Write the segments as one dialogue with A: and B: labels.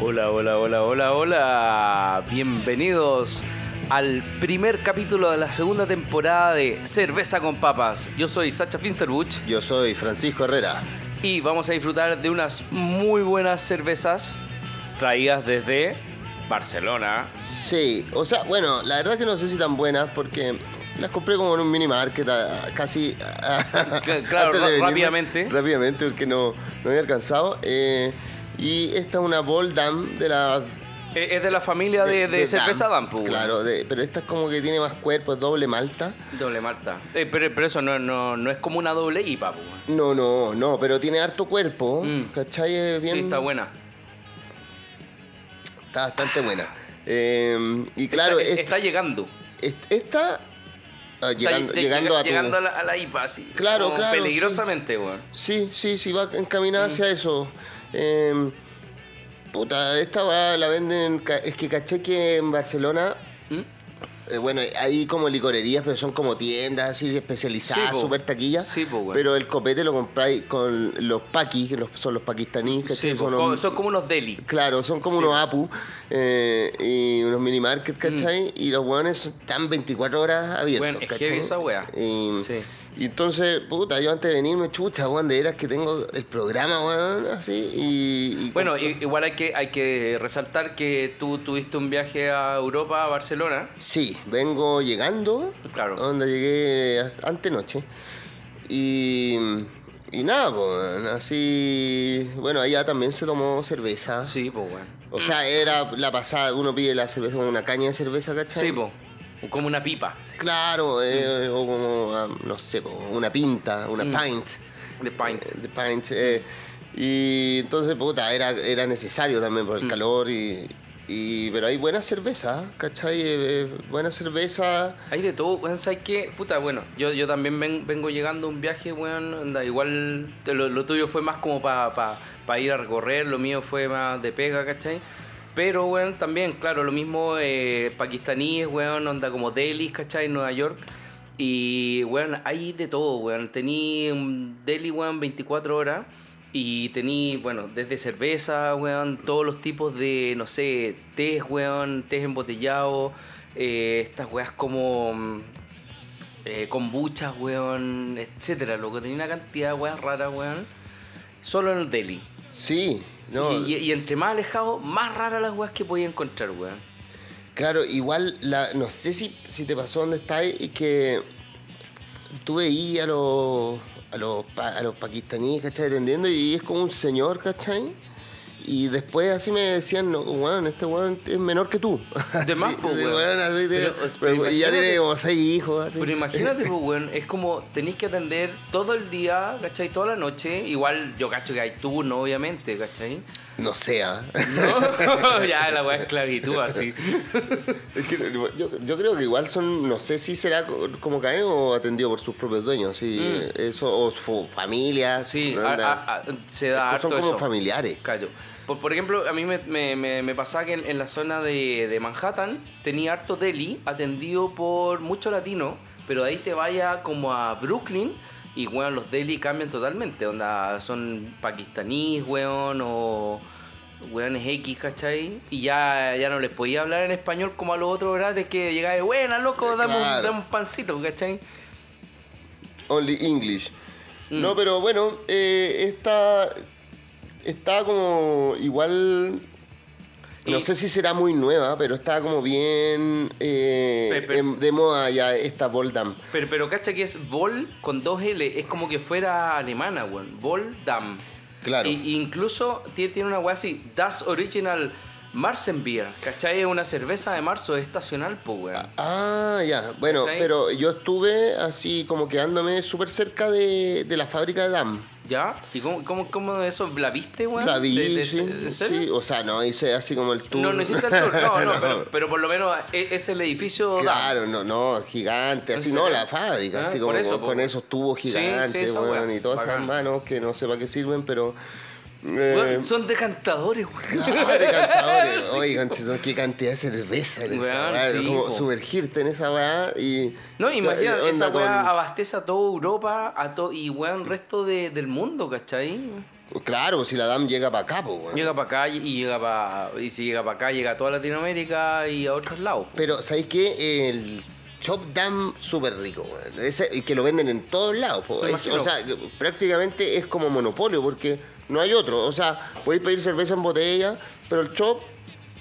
A: Hola, hola, hola, hola, hola. Bienvenidos al primer capítulo de la segunda temporada de Cerveza con Papas. Yo soy Sacha Finsterbuch
B: Yo soy Francisco Herrera.
A: y vamos a disfrutar de unas muy buenas cervezas traídas desde Barcelona.
B: Sí, o sea, bueno, la verdad que no sé si tan buenas porque las compré como en un mini market a- casi.
A: claro,
B: antes de
A: ra-
B: venirme.
A: rápidamente.
B: Rápidamente porque no, no había alcanzado. eh, y esta es una Boldam de la.
A: Eh, Es de la familia de, de cerveza pues, Dampu.
B: Claro, de- pero esta es como que tiene más cuerpo, es doble malta.
A: Doble Marta. Eh, pero, pero eso no, no, no es como una doble IPA, pú.
B: No, no, no, pero tiene harto cuerpo.
A: Mm.
B: ¿Cachai? Es bien,
A: Sí, está buena.
B: Está bastante buena. Eh, y claro,
A: está,
B: est-
A: está llegando.
B: est- esta. ah,
A: Está-
B: llegando,
A: está
B: llegando
A: llega-
B: a tu.
A: llegando a la, a la IPA, así.
B: Claro,
A: Como
B: claro,
A: Peligrosamente, weón.
B: Sí, sí, sí, va encaminada hacia eso. Eh, puta, esta va, la venden. ca- Es que caché que en Barcelona.
A: ¿Mm?
B: eh, bueno, hay como licorerías, pero son como tiendas así especializadas,
A: Sí, po.
B: super taquillas.
A: Sí, po, weón.
B: Pero el copete lo compráis con los paquis, que los- son los pakistaníes, ¿cachai?
A: Sí,
B: son
A: como-
B: unos-
A: son como unos deli.
B: Claro, son como
A: Sí, Mm.
B: unos
A: po.
B: APU eh, y unos mini market, ¿cachai? Y los weones están 24 horas abiertos.
A: Weón, es
B: ¿cachai?
A: heavy esa weá.
B: Y,
A: Sí.
B: y entonces, puta, yo antes de venirme, chucha, weón, de veras que tengo el programa, weón, así. Y, y-
A: Bueno, i- igual hay que, hay que resaltar que tú tuviste un viaje a Europa, a Barcelona.
B: Sí, vengo llegando.
A: Claro.
B: Donde llegué hasta- antenoche. Y. Y nada, po, weón, así. Bueno, allá también se tomó cerveza.
A: Sí, pues, bueno.
B: O sea, era la pasada, uno pide la cerveza como una caña de cerveza, ¿cachai?
A: Sí, pues. Como una pipa. Mm.
B: Claro, eh, o como, ah, no sé, po, una pinta,
A: Mm.
B: una pint.
A: De pint.
B: eh, de pint, eh, y entonces, puta, era, era necesario también
A: Mm.
B: por el calor. Y, y- pero hay buena cerveza, ¿cachai? Eh, eh, buena cerveza.
A: Hay de todo, weón. ¿Sabes qué? Puta, bueno, yo, yo también ven- vengo llegando a un viaje, weón. onda, igual te- lo, lo tuyo fue más como para ir a recorrer, lo mío fue más de pega, ¿cachai? Pero, weón, también, claro, lo mismo eh, pakistaníes, weón, onda como delis, ¿cachai? En Nueva York. Y, weón, hay de todo, weón. Tení un deli, weón, 24 horas. Y tení, bueno, desde cerveza, weón, todos los tipos de, no sé, tés, weón, tés embotellados, eh, estas weas como mm, eh, kombuchas, weón, etcétera, loco. Tenía una cantidad de weas raras, weón, solo en el deli.
B: Sí, no.
A: Y, y- y entre más alejado, más raras las weas que podía encontrar, weón.
B: Claro, igual, la, no sé si, si te pasó donde estáis, es que tú veías a los, a, los, pa- a los pakistaníes, ¿cachai? Atendiendo y es como un señor, ¿cachai? Y después así me decían, no, weón, este weón es menor que tú.
A: De más,
B: Así,
A: po,
B: así,
A: weón.
B: así tiene-
A: Pero,
B: pero-
A: pero
B: y ya tiene
A: imagínate-
B: como seis hijos, así.
A: Pero imagínate, pues, weón, es como tenéis que atender todo el día, ¿cachai? Toda la noche. Igual yo cacho que hay turno, obviamente, ¿cachai?
B: No ¿ah? sea.
A: No, ya la wea esclavitud, así.
B: yo, yo creo que igual son, no sé si será co- como caen o atendido por sus propios dueños, sí, eso, o fu- familias.
A: Mm. Sí,
B: ¿no?
A: a-
B: Anda.
A: a- a- se da harto
B: son como
A: eso.
B: familiares.
A: Callo. Por, por ejemplo, a mí me, me- me- me pasaba que en, en la zona de, de Manhattan tenía harto deli atendido por mucho latino, pero de ahí te vaya como a Brooklyn y, weón, los deli cambian totalmente. Onda, son pakistaníes, weón, o weones X, ¿cachai? Y ya, ya no les podía hablar en español como a los otros grandes que llegaba de, buena, loco, dame, un,
B: Eh, Claro.
A: dame un pancito, ¿cachai?
B: Only English. No,
A: Mm.
B: pero bueno, eh, esta está como igual. No
A: Y-
B: sé si será muy nueva, pero está como bien eh,
A: Pepe.
B: em- de moda ya esta Voldam.
A: Pero, pero cacha que es Vol con dos L, es como que fuera alemana, weón. Voldam.
B: Claro.
A: Y, y incluso tiene, tiene una weá así, Das Original Marzenbier. ¿Cachai? Es una cerveza de marzo estacional, pues, weón.
B: Ah, ya. Bueno,
A: ¿Cachai?
B: pero yo estuve así como quedándome súper cerca de, de la fábrica de DAM.
A: ¿Ya? ¿Y cómo, cómo, cómo eso? ¿La viste, weón?
B: La vi,
A: ¿De- de-
B: sí,
A: ¿En serio?
B: sí. O sea, no hice así como el tour.
A: No, no hiciste el tour. No, no, Pero, pero por lo menos e- es el edificio.
B: Claro, no, no, gigante,
A: ¿En
B: así no,
A: serio?
B: la fábrica,
A: Ah,
B: así
A: por
B: como
A: eso,
B: con,
A: po,
B: con
A: weón.
B: esos tubos
A: Sí, sí,
B: gigantes,
A: esa
B: weón,
A: weá,
B: y todas esas
A: bacán.
B: manos que no sé para qué sirven, pero... eh,
A: Weón, son decantadores, weón.
B: Ah, de cantadores. Oigan, chicos, qué cantidad de cerveza en
A: Weón,
B: esa weá.
A: sí,
B: como
A: po.
B: sumergirte en esa weá y.
A: No, imagina,
B: onda
A: esa
B: con-
A: weá abastece a toda Europa a to y weón, resto de- del mundo, ¿cachai?
B: Claro, si la DAM llega para acá, po, weón.
A: Llega para acá y llega para. Y si llega para acá, llega a toda Latinoamérica y a otros lados. po.
B: Pero, ¿sabéis qué? El Chop Dam súper rico, weón. Ese- y que lo venden en todos lados, po.
A: Me
B: Es-
A: imagino.
B: o sea, prácticamente es como monopolio, porque no hay otro. O sea, podéis pedir cerveza en botella, pero el Chop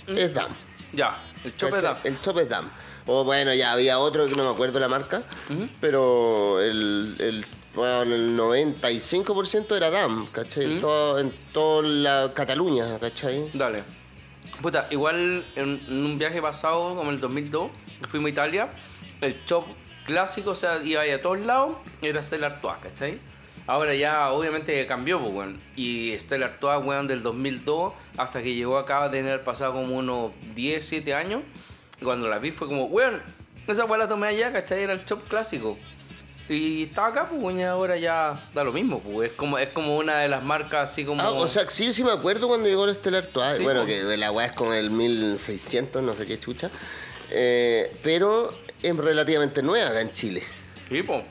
B: es Dam.
A: Ya, el chope
B: ¿Cachai?
A: da.
B: El Mm. Chop es Dam. O bueno, ya había otro que no me acuerdo la marca, pero el, el, bueno, el 95% era Dam, ¿cachai? En todo- en toda la Cataluña, ¿cachai?
A: Dale. Puta, igual en, en un viaje pasado, como el 2002, que fuimos a Italia, el shop clásico, o sea, iba ahí a todos lados, era Stella Artois, ¿cachai? Ahora ya obviamente cambió, pues, weón. Y Stella Artois, weón, del 2002 hasta que llegó acá, a tener pasado como unos 10, 7 años. Y cuando la vi fue como, weón, esa weá la tomé allá, ¿cachai? Era el shop clásico. Y estaba acá, pues, weón, y ahora ya da lo mismo, pues. Es como, es como una de las marcas así como...
B: Ah, o sea, sí, sí me acuerdo cuando llegó el Estelar Toa.
A: Sí,
B: bueno,
A: po.
B: que la weá es con el 1600, no sé qué chucha. Eh, pero es relativamente nueva acá en Chile.
A: Sí, po.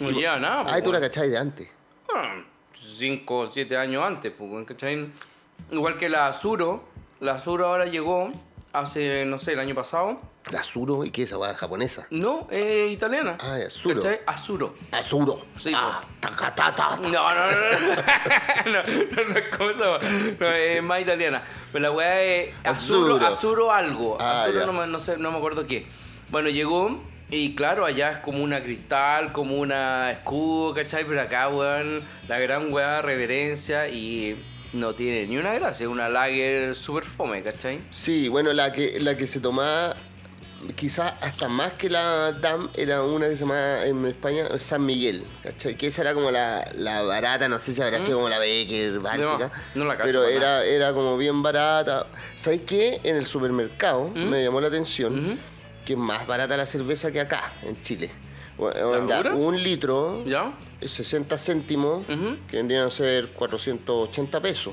A: No lleva nada, po,
B: Ah, tú la
A: weón.
B: cacháis de antes.
A: Ah, Cinco o siete años antes, po, weón, ¿cachai? Igual que la Azuro. La Azuro ahora llegó hace, no sé, el año pasado.
B: La Suro, ¿y qué es esa weá japonesa?
A: No, es italiana.
B: Ah, es Azuro.
A: ¿Cachai? Azuro.
B: Azuro.
A: Sí,
B: ah, tacatata.
A: No, no, no, no. no, no, no, ¿cómo se llama? No, eh, es más italiana. Pero la weá es Azuro,
B: Azzurro.
A: Azuro algo.
B: Ah,
A: Azuro
B: ya.
A: no, me- no sé, no me acuerdo qué. Bueno, llegó y claro, allá es como una cristal, como una escudo, ¿cachai? Pero acá, weón, la gran weá, reverencia y no tiene ni una gracia. Es una lager super fome, ¿cachai?
B: Sí, bueno, la que, la que se tomaba quizás hasta más que la DAM era una que se llamaba en España San Miguel, ¿cachai? Que esa era como la, la barata, no sé si habrá sido como la Becker, Báltica,
A: ¿Mm? no la cacho
B: pero
A: para
B: era,
A: nada.
B: era como bien barata. ¿Sabes qué? En el supermercado
A: ¿Mm?
B: me llamó la atención que es más barata la cerveza que acá, en Chile. O- onda,
A: dura?
B: un litro,
A: ¿Ya? ¿Mm?
B: 60 céntimos,
A: Ujú.
B: que vendrían a ser 480 pesos,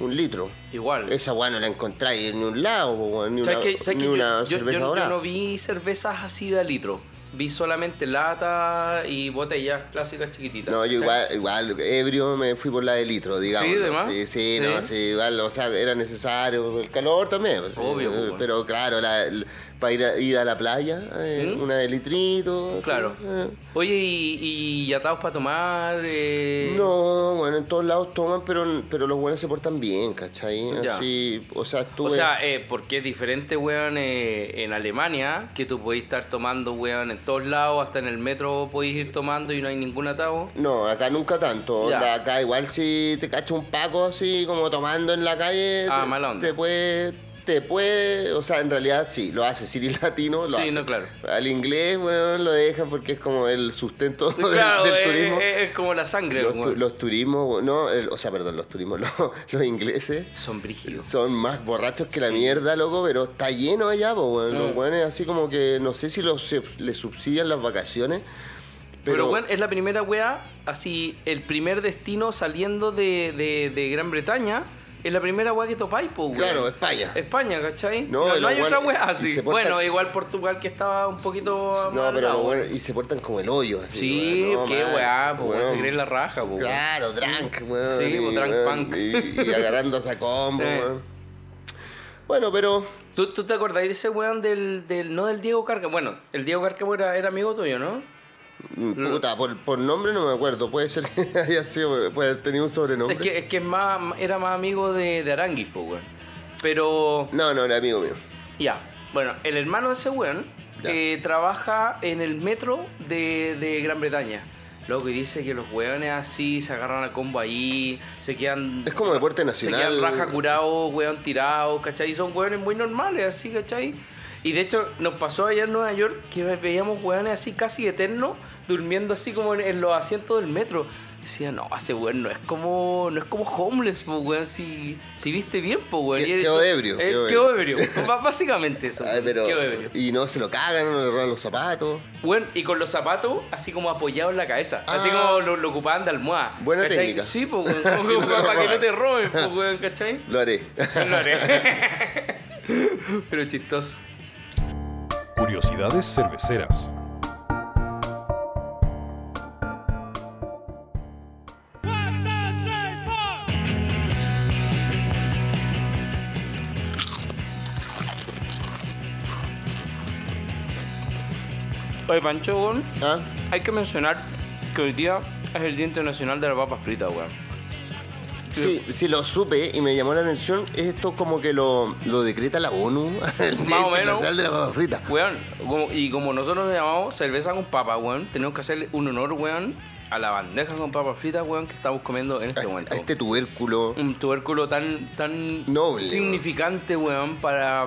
B: un litro.
A: Igual.
B: Esa weá no la encontráis en ningún lado, po, weón, ni una,
A: ¿Sabes que- sabes
B: ni
A: que
B: una
A: yo, yo-
B: cerveza
A: yo no-
B: dorada.
A: yo no vi cervezas así de a litro. Vi solamente lata y botellas clásicas chiquititas.
B: No, yo
A: ¿cachai?
B: igual, igual ebrio me fui por la de litro, digamos.
A: Sí, de
B: ¿no?
A: más.
B: Sí, sí, no,
A: Sí.
B: sí, igual, o sea, era necesario. El calor también. pues,
A: Obvio,
B: eh,
A: pues, bueno.
B: Pero claro, la- el- para ir a, ir a la playa, eh, una de litrito. así,
A: ¿Mm? Claro.
B: eh.
A: Oye, ¿y, y atados para tomar? eh?
B: No, bueno, en todos lados toman, pero, pero los buenos se portan bien, ¿cachai?
A: Ya.
B: Así, o sea, tú.
A: O sea, eh, porque es diferente, weón, eh, en Alemania, que tú podés estar tomando, weón, en todos lados, hasta en el metro podés ir tomando y no hay ningún atado.
B: No, acá nunca tanto.
A: Ya.
B: Onda, acá igual si te cacha un paco así como tomando en la calle,
A: Ah,
B: te,
A: mala onda.
B: te puede, te puede, o sea, en realidad sí, lo hace Siri Latino, lo
A: Sí,
B: hace.
A: no, claro.
B: Al inglés, bueno, lo dejan porque es como el sustento del,
A: Claro,
B: del
A: eh,
B: turismo.
A: eh, es, como la sangre,
B: los, tu-
A: weón.
B: los turismos, weón, no, el- o sea, perdón, los turismos, los, los ingleses.
A: Son brígidos.
B: Son más borrachos que la
A: Sí.
B: mierda, loco, pero está lleno allá, po, weón. Los
A: Mm.
B: weones así como que no sé si los, se- les subsidian las vacaciones.
A: Pero, weón, es la primera weá, así, el primer destino saliendo de, de- de Gran Bretaña, es la primera weá que topáis, po, weón.
B: Claro, España.
A: España, ¿cachai?
B: No,
A: No, no
B: y los
A: hay otra
B: weones-
A: weá
B: y
A: así.
B: se portan-
A: Bueno, igual Portugal que estaba un poquito. más
B: No,
A: al
B: pero
A: lado.
B: los buenos- y se portan como el hoyo. así,
A: Sí,
B: weón. No,
A: qué
B: mal,
A: weá, pues weón,
B: weón.
A: se creen la raja, pues weón.
B: Claro, drunk, weón.
A: Sí,
B: y,
A: pues, drunk
B: weón,
A: punk.
B: Y, y agarrando esa combo,
A: Sí.
B: weón. Bueno, pero
A: ¿Tú, tú te acordás de ese weón del, del. No del Diego Cárcamo. Bueno, el Diego Cárcamo era, era amigo tuyo, ¿no?
B: mm, puta, por, por nombre no me acuerdo. Puede ser que haya sido, puede haber tenido un sobrenombre.
A: Es que, es que es más, era más amigo de, de Arangui, pues weón. Pero.
B: No, no, era amigo mío.
A: Ya. Bueno, el hermano de ese weón
B: Ya.
A: eh, trabaja en el metro de, de Gran Bretaña. Loco, y dice que los weones así se agarran a combo ahí, se quedan.
B: Es como deporte
A: Se
B: nacional.
A: quedan raja curado, weón tirado, ¿cachai? Y son weones muy normales, así, ¿cachai? Y de hecho, nos pasó allá en Nueva York que veíamos hueones así casi eternos, durmiendo así como en, en los asientos del metro. Decía, no, ese weón no es como, no es como homeless, po, weón, si, si viste bien, po, weón.
B: Qué-
A: Y eres-
B: qué ebrio,
A: eh,
B: qué
A: Qué ebrio. B- Básicamente eso.
B: Ay, pero-
A: Qué ebrio.
B: y no se lo cagan, no le roban los zapatos.
A: Bueno, y con los zapatos así como apoyados en la cabeza.
B: Ah.
A: Así como lo, lo ocupaban de almohada.
B: Buena
A: ¿cachai?
B: técnica.
A: Sí, pues, weón. como
B: Así no te
A: para
B: roban.
A: que no te roben, pues, weón, ¿cachai?
B: Lo haré.
A: Lo haré. Pero chistoso.
C: Curiosidades cerveceras.
A: Oye, Pancho, weón,
B: ¿Ah?
A: hay que mencionar que hoy día es el Día Internacional de la Papa Frita, weón.
B: Sí, sí, lo supe y me llamó la atención. Esto como que lo, lo decreta la ONU. El Día
A: Más o menos. Este
B: Internacional de la papa frita.
A: Weón, como- y como nosotros le llamamos cerveza con papa, weón, tenemos que hacerle un honor, weón, a la bandeja con papas fritas, weón, que estamos comiendo en este
B: A,
A: momento. Mm, ah,
B: a este tubérculo.
A: Un tubérculo tan, tan
B: Noble,
A: significante, weón, para,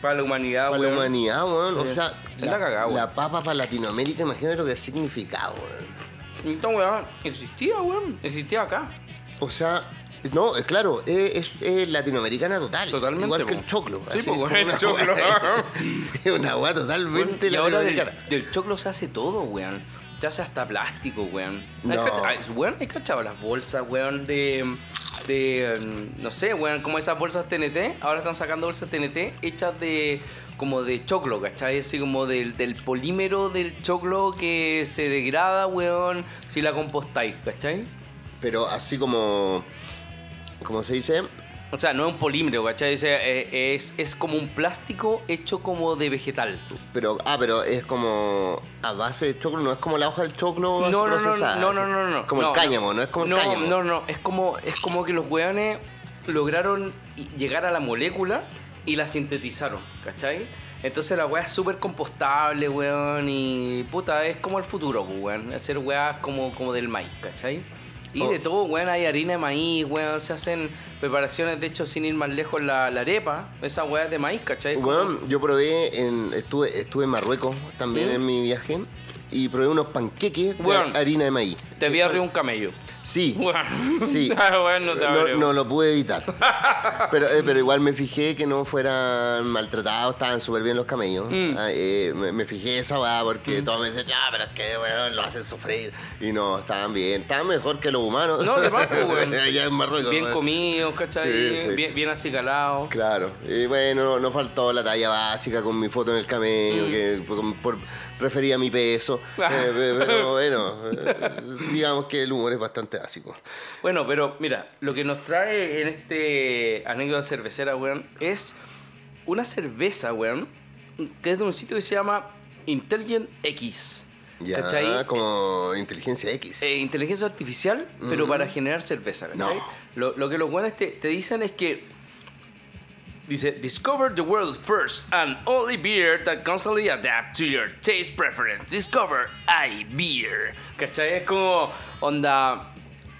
A: para la humanidad,
B: Para la
A: weón.
B: humanidad, weón. O
A: Sí.
B: sea,
A: Es la cagada, weón.
B: la papa para Latinoamérica, imagínate lo que ha significado, weón.
A: Esta weón existía, weón, existía acá.
B: O sea, no, es claro, es, es- es latinoamericana total.
A: Totalmente,
B: Igual que
A: po.
B: el choclo.
A: Sí,
B: así,
A: po,
B: es
A: el
B: una
A: choclo.
B: weá- Es una weá
A: Weón,
B: totalmente
A: y ahora del,
B: latinoamericana.
A: del choclo se hace todo, weón. Se hace hasta plástico, weón. ¿Has
B: No.
A: cacha- ah, weón, ¿has cachado las bolsas, weón, de... De, mm, no sé, weón, como esas bolsas TNT, ahora están sacando bolsas TNT hechas de, como de choclo, ¿cachai? Así como del, del polímero del choclo que se degrada, weón, si la compostáis, ¿cachai?
B: Pero así como. Como se dice.
A: O sea, no es un polímero, ¿cachai? O sea, eh, es, es como un plástico hecho como de vegetal.
B: Pero, ah, pero es como a base de choclo, no es como la hoja del choclo
A: No,
B: así
A: no, no,
B: procesada,
A: no,
B: así.
A: no, no, no.
B: Como
A: no,
B: el cáñamo, no, es como
A: no,
B: el cáñamo.
A: No, no, es como, es como que los weones lograron i- llegar a la molécula y la sintetizaron, ¿cachai? Entonces la weá es súper compostable, weón, y puta, es como el futuro, pues, weón. Hacer weas como, como del maíz, ¿cachai? Y
B: Oh.
A: de todo, weón, hay harina de maíz, weón, se hacen preparaciones, de hecho, sin ir más lejos, la, la arepa, esa weá es de maíz, ¿cachai? Como- ¿Mm?
B: Weón, yo probé en. Estuve, estuve en Marruecos también en mi viaje. Y probé unos panqueques
A: Weón.
B: de harina de maíz.
A: Te vi arriba un camello.
B: Sí.
A: Weón.
B: Sí.
A: Ah, weón, no te
B: No,
A: abrió.
B: no lo pude evitar. Pero, eh, pero igual me fijé que no fueran maltratados, estaban súper bien los camellos.
A: Mm.
B: Ah, eh, me, me fijé esa va porque todos me dicen, ah, pero es que bueno, lo hacen sufrir. Y no, estaban bien, estaban mejor que los humanos.
A: No, de más, pues, weón.
B: Allá en Marruecos.
A: Bien
B: weón.
A: comidos, ¿cachai?
B: Sí, sí.
A: Bien, bien acicalados.
B: Claro, y bueno, no, no faltó la talla básica con mi foto en el
A: Mm.
B: camello, que por, por- refería a mi peso.
A: Ah.
B: Eh, pe- pero bueno, eh, digamos que el humor es bastante básico.
A: Bueno, pero mira, lo que nos trae en este anécdota cervecera, weón, es una cerveza, weón, que es de un sitio que se llama Intelligent X.
B: Ya,
A: ¿Cachai?
B: como inteligencia X.
A: Eh, inteligencia artificial, pero para generar cerveza, ¿cachai?
B: No.
A: Lo, lo que los buenos te, te dicen es que. Dice, discover the world's first and only beer that constantly adapt to your taste preference. Discover iBeer. ¿Cachai? Es como, onda,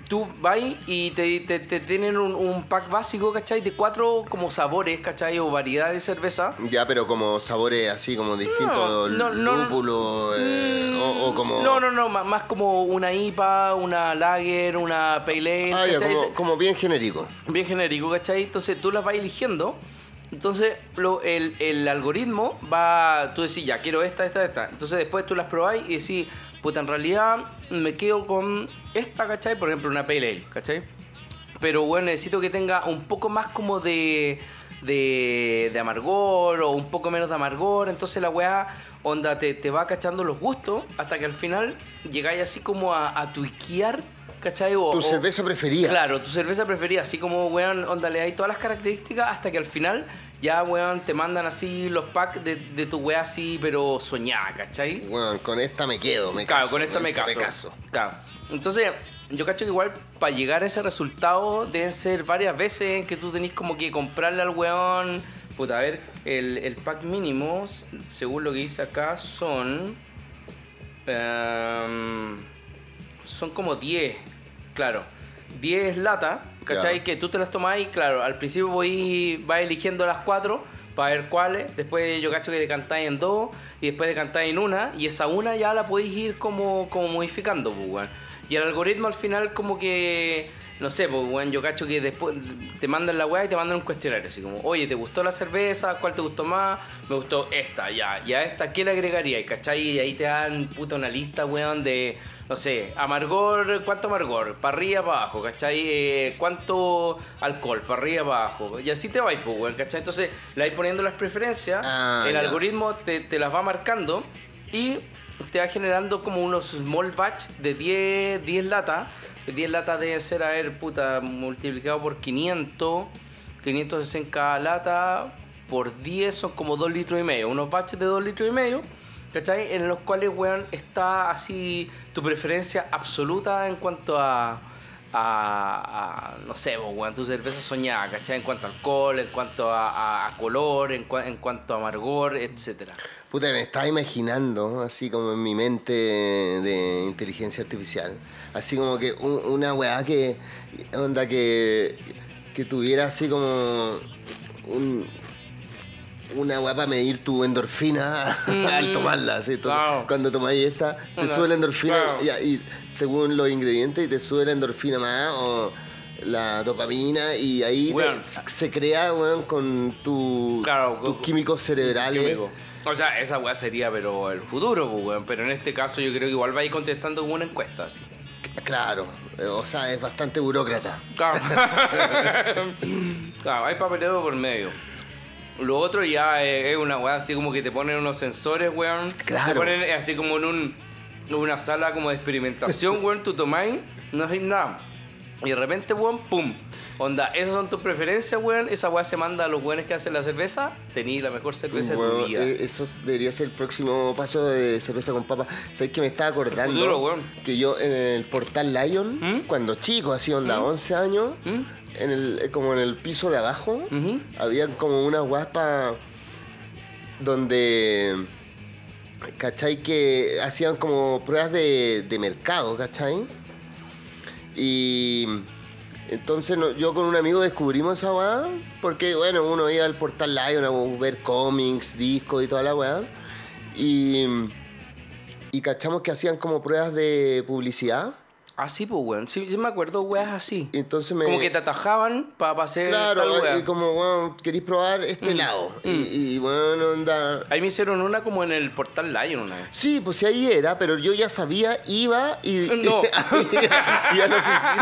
A: tú vas y te, te- te tienen un, un pack básico, ¿cachai? De cuatro como sabores, ¿cachai? O variedades de cerveza.
B: Ya, pero como sabores así, como distintos
A: no, no.
B: lúpulo, eh,
A: Mm,
B: o, o como...
A: No, no, no, ma- más como una IPA, una Lager, una Pale Ale,
B: Ah, ya,
A: ¿cachai?
B: como, como bien genérico.
A: Bien genérico, ¿cachai? Entonces tú las vas eligiendo. Entonces lo- el, el algoritmo va, tú decís, ya quiero esta, esta, esta. Entonces después tú las probáis y decís, puta, en realidad me quedo con esta, ¿cachai? Por ejemplo, una Pale Ale, ¿cachai? Pero bueno, necesito que tenga un poco más como de, de, de amargor o un poco menos de amargor. Entonces la weá, onda, te, te va cachando los gustos hasta que al final llegáis así como a, a tuiquear, ¿cachai? O,
B: Tu
A: o-
B: cerveza preferida.
A: Claro, tu cerveza preferida, así como, weón, onda, le dais todas las características hasta que al final ya, weón, te mandan así los packs de, de tu weá así, pero soñada, ¿cachai?
B: Bueno, con esta me quedo, me
A: claro,
B: caso.
A: con esta me caso. Claro. Entonces, yo cacho que igual para llegar a ese resultado deben ser varias veces en que tú tenés como que comprarle al weón. Puta, a ver, el, el pack mínimo, según lo que dice acá, son. em, son como 10, claro. 10 latas, ¿cachai?
B: Ya.
A: Que tú te las tomás y claro, al principio voy, vas eligiendo las 4, para ver cuáles. Después yo cacho que te cantáis en dos y después te cantáis en una y esa una ya la podéis ir como, como modificando, pues, weón. Y el algoritmo al final como que, no sé, pues, weón, yo cacho que después te mandan la weá y te mandan un cuestionario, así como, oye, ¿te gustó la cerveza? ¿Cuál te gustó más? Me gustó esta, ya. Y a esta, ¿qué le agregaría? Y cachai, y ahí te dan puta una lista, weón, de, no sé, amargor, ¿cuánto amargor? Para arriba, para abajo, cachai, eh, ¿cuánto alcohol? Para arriba, para abajo. Y así te vais, pues, weón, cachai. Entonces, le vais poniendo las preferencias,
B: Ah,
A: el
B: ya.
A: algoritmo te, te las va marcando y te va generando como unos small batch de 10, 10 latas. 10 latas debe ser, a ver, puta, multiplicado por 500, 500 en cada lata, por 10 son como 2 litros y medio. Unos batches de 2 litros y medio, ¿cachai? En los cuales, weón, está así tu preferencia absoluta en cuanto a... A, a- no sé, po, weón, tu cerveza soñada, ¿cachai? En cuanto a alcohol, en cuanto a, a- a color, en, cua- en cuanto a amargor, etcétera.
B: Puta, me estaba imaginando, así como en mi mente de inteligencia artificial. Así como que un- una weá que. Onda que. Que tuviera así como. Un, una weá para medir tu endorfina
A: Mm.
B: al tomarla. así. Entonces,
A: Claro.
B: Cuando tomáis esta, te
A: Una-
B: sube la endorfina
A: claro.
B: y, y según los ingredientes, y te sube la endorfina más o la dopamina y ahí te-
A: Weón.
B: se crea, weón, con tu,
A: Claro,
B: tus
A: con-
B: químicos cerebrales.
A: Amigo. O sea, esa weá sería, pero el futuro, pues, weón. Pero en este caso, yo creo que igual va a ir contestando con una encuesta. Así.
B: Claro, eh, o sea, es bastante burócrata.
A: Claro. claro, hay papeleo por medio. Lo otro ya es, es una weá así como que te ponen unos sensores, weón. Te
B: Claro.
A: ponen así como en un, en una sala como de experimentación, weón. Tú tomáis, no hay nada. Y de repente, weón, pum. Onda, esas son tus preferencias, weón. Esa weá se manda a los weones que hacen la cerveza. Tení la mejor cerveza de
B: Bueno,
A: tu vida.
B: eh, eso debería ser el próximo paso de cerveza con papa. ¿Sabes que me estaba acordando?
A: futuro, weón. ¿Mm?
B: Que yo en el portal Lion, cuando chico, así onda, 11 años, en el, eh, como en el piso de abajo,
A: Ujú.
B: había como una guaspa donde. ¿Cachai? Que hacían como pruebas de, de mercado, ¿cachai? Y entonces no- yo con un amigo descubrimos esa weá, porque bueno, uno iba al portal Lion a ver cómics, discos y toda la weá. Y, y cachamos que hacían como pruebas de publicidad.
A: Ah, sí, pues, weón. Sí, yo me acuerdo, weas así.
B: Y entonces me...
A: Como que te atajaban para hacer tal Mm,
B: Claro,
A: wea.
B: y como, bueno, queréis probar este helado. Y, y, bueno, onda...
A: Ahí me hicieron una como en el portal Lion una vez.
B: Sí, pues sí, ahí era, pero yo ya sabía, iba y,
A: No.
B: y, a la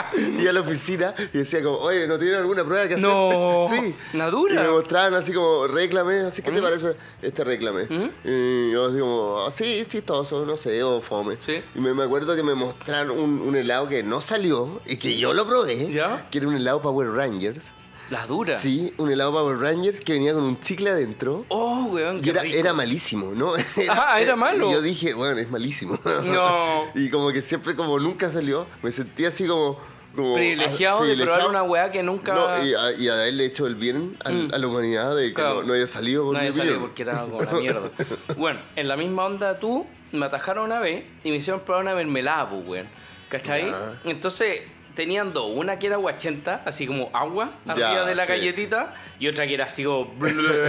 B: oficina, y a la oficina y decía como, oye, ¿no tienen alguna prueba que hacer?
A: No.
B: sí.
A: Nadura. Mm.
B: Y me mostraban así como, réclame, así, ¿qué te parece este réclame? Y yo así como, "Ah, sí, es chistoso, no sé, o fome.
A: Sí.
B: Y me, me acuerdo que me mostraron un, un helado que no salió y que yo lo probé,
A: ¿Ya?
B: que era un helado Power Rangers.
A: Las duras.
B: Sí, un helado Power Rangers que venía con un chicle adentro.
A: Oh, weón,
B: Y
A: qué
B: era,
A: rico.
B: era malísimo, ¿no?
A: Ah, ¿era malo?
B: Y yo dije, bueno, es malísimo.
A: No.
B: Y como que siempre, como nunca salió, me sentí así como... como
A: Privilegiado
B: ah,
A: de probar
B: privilegiado.
A: una weá que nunca...
B: No, y, a, y haberle hecho el bien al- a, la humanidad de que
A: Claro.
B: no, no haya salido por
A: Nadie
B: mi
A: salió
B: opinión.
A: porque era como la mierda. Bueno, en la misma onda tú, me atajaron una vez y me hicieron probar una mermelada, pues, weón. ¿Cachai?
B: Ya.
A: Entonces, tenían dos. Una que era guachenta, así como agua,
B: Ya,
A: arriba de la
B: sí.
A: galletita. Y otra que era así como...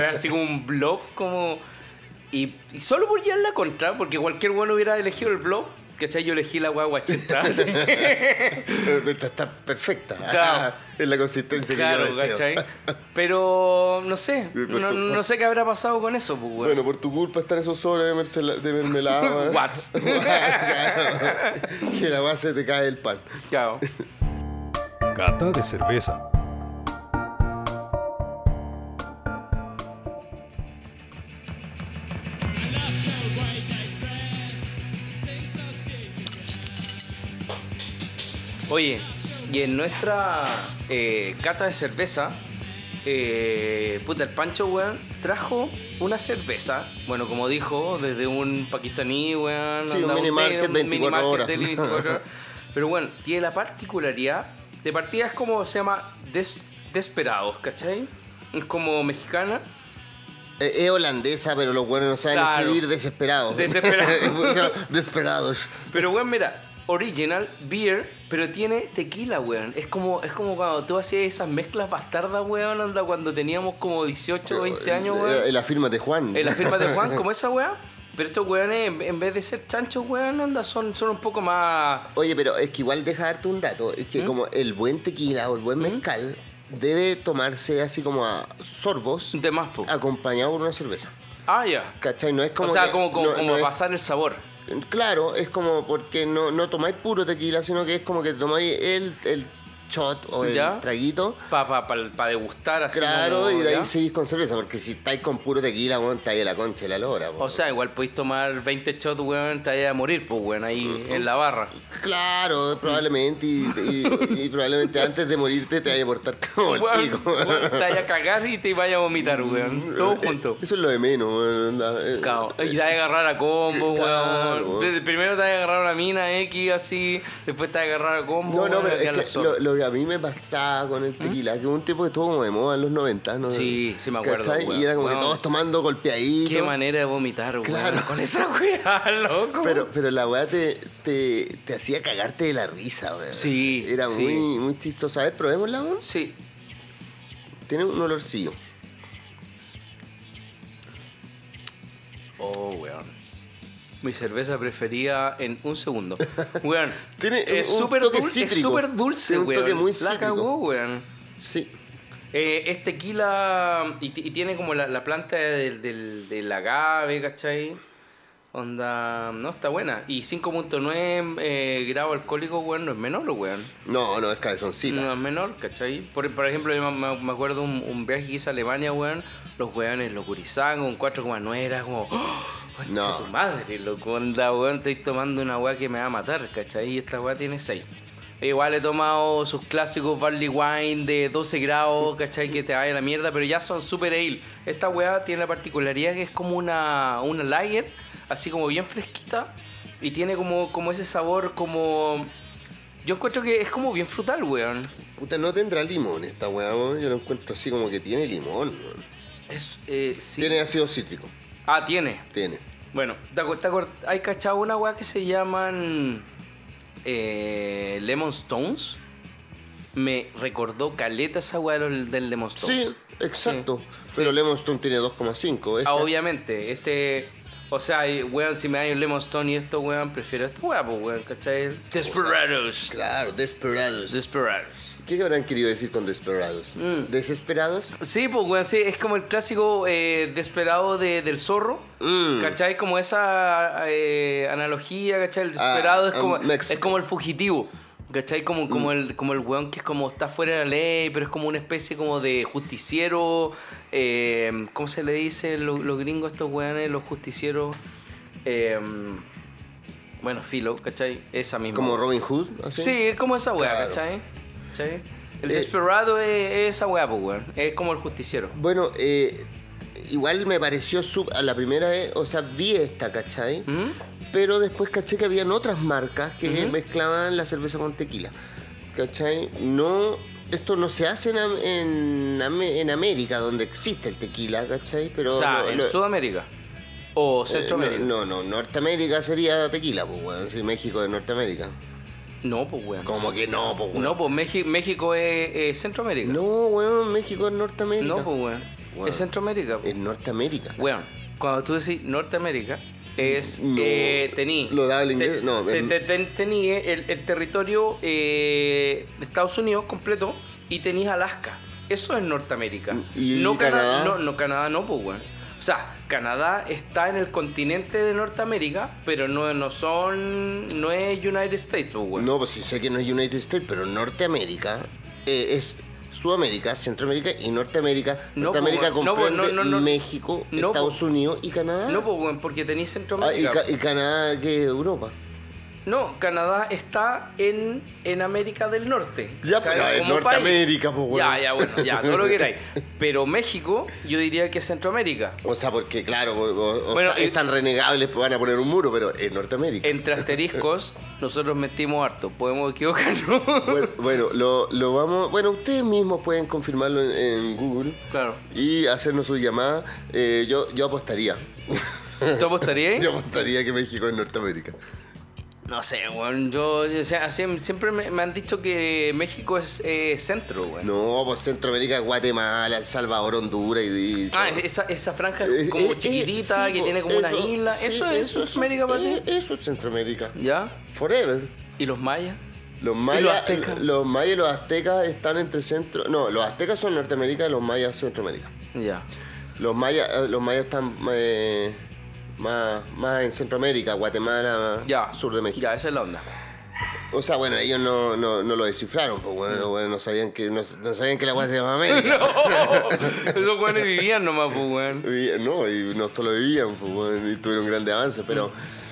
A: así como un blob, como... Y, y solo por llevar la contra, porque cualquier bueno hubiera elegido el blog, ¿cachai? Yo elegí la agua guachenta. así.
B: Eh, Está, está perfecta.
A: Claro.
B: es la consistencia
A: Claro,
B: que yo deseo.
A: ¿cachai? Pero no sé,
B: Por
A: no,
B: tu-
A: no sé qué habrá pasado con eso, pues, weón.
B: pues, Bueno, por tu culpa están esos sobres de, mercela- de mermelada. ¿eh?
A: Watts.
B: que la base te cae el pan.
A: Claro.
C: Cata de cerveza.
A: Oye, y en nuestra eh, cata de cerveza, eh, puta, el Pancho, weón, trajo una cerveza. Bueno, como dijo, desde un pakistaní, weón.
B: Sí, un
A: anda
B: mini market
A: un
B: 24 horas.
A: de 24 horas. Pero bueno, tiene la particularidad, de partida es como se llama des- Desperados, ¿cachai? Es como mexicana.
B: Eh, Es holandesa, pero los buenos no saben
A: Claro.
B: escribir desesperados.
A: Desesperados.
B: Desesperados.
A: Pero bueno, mira, original beer Pero tiene tequila, weón. Es como, es como cuando tú hacías esas mezclas bastardas, weón, onda, cuando teníamos como 18 o 20
B: eh,
A: años, weón.
B: La firma de Juan.
A: En la firma de Juan, como esa weá. Pero estos weones, en- en vez de ser chanchos, weón, onda, son, son un poco más.
B: Oye, pero es que igual deja darte un dato. Es
A: ¿Mm?
B: que como el buen tequila o el buen mezcal debe tomarse así como a sorbos
A: de más, po.
B: acompañado por una cerveza.
A: Ah, ya.
B: ¿Cachai? No es como.
A: O sea,
B: que-
A: como, como,
B: no-
A: como
B: no es-
A: pasar el sabor.
B: Claro, es como porque no, no tomáis puro tequila, sino que es como que tomáis el, el shot o el
A: Ya.
B: traguito.
A: Para pa, pa- pa degustar así.
B: Claro,
A: como,
B: y de
A: ¿ya?
B: ahí seguís con cerveza, porque si estáis con puro tequila, bueno, estáis en la concha de la lora. po.
A: O sea, igual podéis tomar 20 shots, weón, te vayas a morir, pues, weón, ahí en la barra. mm.
B: Claro, probablemente, y, y- y probablemente antes de morirte te vaya a portar como el
A: Weón,
B: pico.
A: weón, te vayas a cagar y te vayas a vomitar, weón. Todo
B: Eh,
A: junto.
B: Eso es lo de menos, weón, onda, eh.
A: Cao. Y te vas a agarrar a combo,
B: Claro,
A: weón.
B: weón.
A: De- Primero te vas a agarrar a una mina X así, después te vas a agarrar a combo.
B: No, no,
A: weón,
B: pero
A: y a la
B: es que
A: zorra. ¿Mm?
B: lo, lo que a mí me pasaba con el tequila, que hubo un tipo que estuvo como de moda en los 90, ¿no?
A: Sí, sí me acuerdo,
B: ¿Cachai?
A: weón.
B: Y era como
A: Weón.
B: que todos tomando golpeaditos.
A: Qué manera de vomitar, weón.
B: Claro.
A: Con esa weá, loco.
B: Pero, pero la weá te, te, te hacía cagarte de la risa, weón.
A: Sí,
B: Era
A: sí.
B: muy, muy chistoso. A ver, probémosla, weón.
A: Sí.
B: Tiene un olorcillo.
A: Oh, weón. Mi cerveza preferida en un segundo. Weón.
B: Tiene
A: es
B: un- un
A: súper
B: toque
A: dulce, es
B: cítrico.
A: súper dulce,
B: Tiene un
A: weón.
B: toque muy
A: La
B: cítrico.
A: cagó, weón.
B: Sí.
A: Eh, es tequila y, ti- y tiene como la, la planta del, del, del agave, ¿cachai? Onda, no, está buena. Y 5.9 eh, grados alcohólicos, weón, no es menor, weón.
B: No, no, es cabezoncita.
A: No es menor, ¿cachai? Por, por ejemplo, yo me, me acuerdo un, un viaje que hice a Alemania, weón. Los weones, los gurizangos, un 4,9 era como... ¡oh! Concha
B: No.
A: tu madre, loco, onda, weón, estoy tomando una weá que me va a matar, ¿cachai? Y esta weá tiene 6. Igual he tomado sus clásicos barley wine de 12 grados, ¿cachai? Que te vaya a la mierda, pero ya son super ale. Esta weá tiene la particularidad que es como una, una lager, así como bien fresquita, y tiene como, como ese sabor como... Yo encuentro que es como bien frutal, weón.
B: Puta, no tendrá limón esta weá, weón. Yo lo encuentro así como que tiene limón, weón.
A: Es, eh, sí.
B: Tiene ácido cítrico.
A: Ah, tiene.
B: Tiene.
A: Bueno, ¿te acuer- te acuer- ¿hay cachado una weá que se llaman eh, Lemon Stones? Me recordó caleta esa weá del, del Lemon Stones.
B: Sí, exacto. Pero Lemon Stone tiene 2,5.
A: Ah,
B: esta-
A: obviamente, este. O sea, y, weón, si me dan un Lemon Stone y esto, weón, prefiero esta weá, pues, weón, ¿cachai? Desperados.
B: Claro, Desperados.
A: Desperados.
B: ¿Qué habrán querido decir con Desperados?
A: Mm.
B: ¿Desesperados?
A: Sí, pues, weón, sí, es como el clásico eh, desesperado de- del zorro.
B: Mm.
A: ¿Cachai? Como esa eh, analogía, ¿cachai? El desesperado
B: Ah,
A: es, como,
B: um, Mex- Mm.
A: es como el fugitivo. ¿Cachai? Como, como, el, como el weón que es como está fuera de la ley, pero es como una especie como de justiciero. eh, ¿Cómo se le dice lo- los gringos a estos weones? Los justicieros. eh, bueno, filo, ¿cachai? Esa misma.
B: ¿Como Robin Hood?
A: Sí,
B: así?
A: es como esa weá,
B: Claro.
A: ¿cachai? ¿Cachai? El
B: Eh,
A: desesperado es, es esa weá, pues, weón. Es como el justiciero.
B: Bueno, eh, igual me pareció sub- a la primera vez, o sea, vi esta, ¿cachai?
A: ¿Mm?
B: Pero después caché que habían otras marcas que
A: Ujú.
B: mezclaban la cerveza con tequila. ¿Cachai? No, esto no se hace en, Am- en, Am- en América, donde existe el tequila, ¿cachai? Pero
A: o sea,
B: no-
A: en
B: no-
A: Sudamérica. O
B: eh,
A: Centroamérica. no,
B: no, no, no, Norteamérica sería tequila, pues, weón. Sí, México es Norteamérica.
A: pues, weón.
B: Como que no, pues, weón.
A: No, pues México, México es, es Centroamérica.
B: No,
A: No,
B: weón, México es Norteamérica.
A: pues, weón.
B: Weón.
A: Es Centroamérica. pues,
B: Es Norteamérica.
A: Weón, cuando tú decís Norteamérica, es.
B: No.
A: eh, tení.
B: Lo da el inglés, no,
A: te-
B: en-
A: te- te- tení eh, el, el territorio eh, de Estados Unidos completo y tenís Alaska. Eso es Norteamérica.
B: Mm, ¿Y
A: no
B: Canadá?
A: No, no, Canadá no, pues, weón. O sea, Canadá está en el continente de Norteamérica, pero no, no son. No es United States, pues, weón.
B: No, pues sí sé que no es United States, pero Norteamérica eh, es Sudamérica, Centroamérica y Norteamérica.
A: No,
B: Norteamérica
A: pues, no, pues,
B: comprende
A: no, no, no.
B: México,
A: No,
B: Estados
A: pues.
B: Unidos y Canadá.
A: No, pues, weón, porque tenéis
B: Ah, y,
A: Centroamérica.
B: Ca- y Canadá, que es Europa.
A: No, Canadá está en, en América del Norte.
B: Ya,
A: ¿cachai?
B: pero en
A: Como país.
B: Norteamérica, pues, weón.
A: Ya, ya, bueno, ya, todo lo que queráis. Pero México, yo diría que es Centroamérica.
B: O sea, porque claro, o- o- o
A: Bueno, eh,
B: sea,
A: y-
B: es tan renegable, pues van a poner un muro, pero es Norteamérica.
A: Entre asteriscos, nosotros mentimos harto. Podemos equivocarnos.
B: Bueno, bueno, lo, lo vamos. Bueno, ustedes mismos pueden confirmarlo en, en Google
A: claro.
B: y hacernos su llamada. Eh, yo, yo apostaría.
A: ¿Tú apostarías?
B: Yo apostaría que México es Norteamérica.
A: No sé, weón. Yo, o sea, siem- siempre me, me han dicho que México es eh, centro, weón.
B: No, por Centroamérica, Guatemala, El Salvador, Honduras y. y-
A: Ah, esa, esa franja
B: Eh, eh,
A: como
B: eh,
A: chiquitita,
B: sí,
A: que
B: po,
A: tiene como una
B: eso,
A: isla.
B: sí,
A: eso es América para ti.
B: eh, Eso es Centroamérica.
A: ¿Ya?
B: Forever.
A: ¿Y los mayas?
B: Los
A: los
B: mayas,
A: aztecas?
B: los mayas y los aztecas están entre centro. No, los aztecas son Norteamérica y los mayas Centroamérica.
A: Ya.
B: Los mayas, eh, los mayas están eh, más, más en Centroamérica, Guatemala,
A: Ya.
B: sur de México.
A: Ya, esa es la onda.
B: O sea, bueno, ellos no, no, no lo descifraron, pues bueno,
A: Mm.
B: los weones no sabían que no, no sabían que la weá se llamaba América.
A: Esos weones vivían nomás, pues, weón.
B: Vivían- No, y no solo vivían, pues bueno, y tuvieron grandes avances, pero
A: Mm.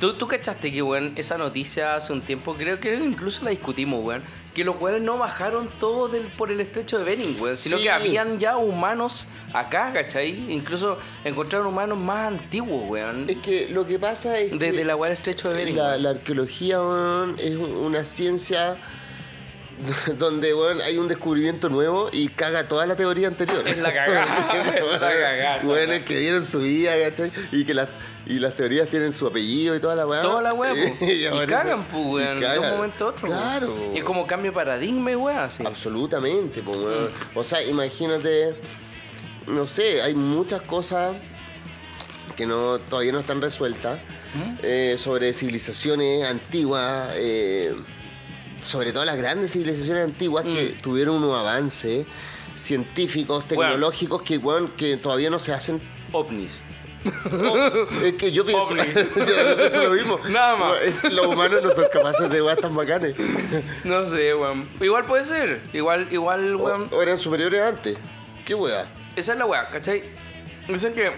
A: ¿Tú, tú cachaste que, weón, esa noticia hace un tiempo, creo creo que incluso la discutimos, weón, que los weones no bajaron todo del, por el estrecho de Bering, weón, sino
B: Sí.
A: que habían ya humanos acá, ¿cachai? Incluso encontraron humanos más antiguos, weón,
B: es que lo que pasa es que
A: desde la weá del estrecho de Bering.
B: la, la arqueología weón, es un- una ciencia donde weón, hay un descubrimiento nuevo y caga toda la teoría anterior.
A: Es la cagada, es la cagada, esa
B: Weones
A: weá.
B: que dieron su vida, ¿cachai? Y que las, y las teorías tienen su apellido y toda la weá.
A: Toda la weá, po.
B: Y
A: Y,
B: ahora-
A: cagan, pues,
B: y
A: weón, de un
B: cagan.
A: momento a otro, weón.
B: Claro.
A: Y es como cambio de paradigma, y weón, así.
B: Absolutamente, po, weón. O sea, imagínate, no sé, hay muchas cosas que no todavía no están resueltas
A: ¿Mm?
B: eh, sobre civilizaciones antiguas, eh, sobre todo las grandes civilizaciones antiguas que
A: Mm.
B: tuvieron unos avances científicos, tecnológicos que, weón, que todavía no se hacen.
A: Ovnis.
B: Es que yo pienso,
A: Ovni.
B: yo pienso lo mismo.
A: Nada más.
B: Los humanos no son capaces de weas tan bacanes.
A: No sé, weón. Igual puede ser. Igual, igual,
B: O,
A: weón.
B: o eran superiores antes. ¿Qué wea?
A: Esa es la weá, ¿cachai? Dicen que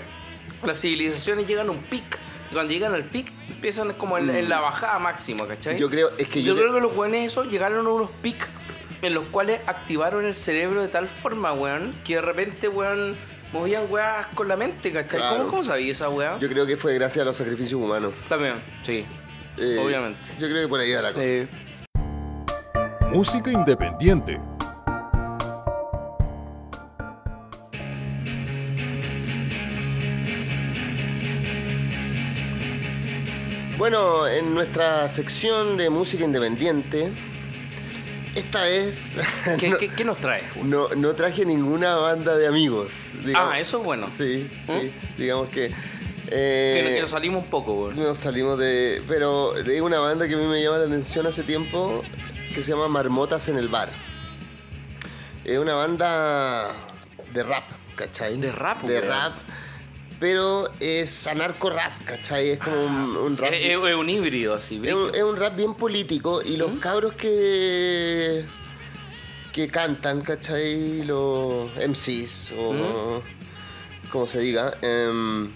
A: las civilizaciones llegan a un pic. Y cuando llegan al pic, empiezan como en, en la bajada máxima, ¿cachai?
B: Mm. Yo creo- es que
A: yo,
B: yo
A: creo que los weones esos llegaron a unos pic en los cuales activaron el cerebro de tal forma, weón, que de repente, weón, movían weas con la mente, ¿cachai?
B: Claro.
A: ¿Cómo, cómo sabía esa weá?
B: Yo creo que fue gracias a los sacrificios humanos.
A: También, sí.
B: Eh,
A: Obviamente.
B: Yo creo que por ahí va la cosa.
A: Eh,
C: Música independiente.
B: Bueno, en nuestra sección de música independiente, esta vez
A: ¿qué,
B: no,
A: qué- qué nos traes, weón?
B: no- no traje ninguna banda de amigos. digamos.
A: Ah, eso es bueno.
B: Sí, sí. Digamos que...
A: Que,
B: eh,
A: que nos salimos un poco, weón.
B: nos salimos de... Pero hay una banda que a mí me llama la atención hace tiempo que se llama Marmotas en el Bar. Es una banda de rap, ¿cachai?
A: De rap,
B: De
A: weón.
B: rap. Pero es anarco rap, ¿cachai? Es como un, un rap...
A: Es, es- es un híbrido así,
B: Es
A: brígido.
B: un, es un rap bien político y
A: ¿Mm?
B: los cabros que que cantan, ¿cachai? Los MCs o
A: ¿Mm?
B: como se diga, em,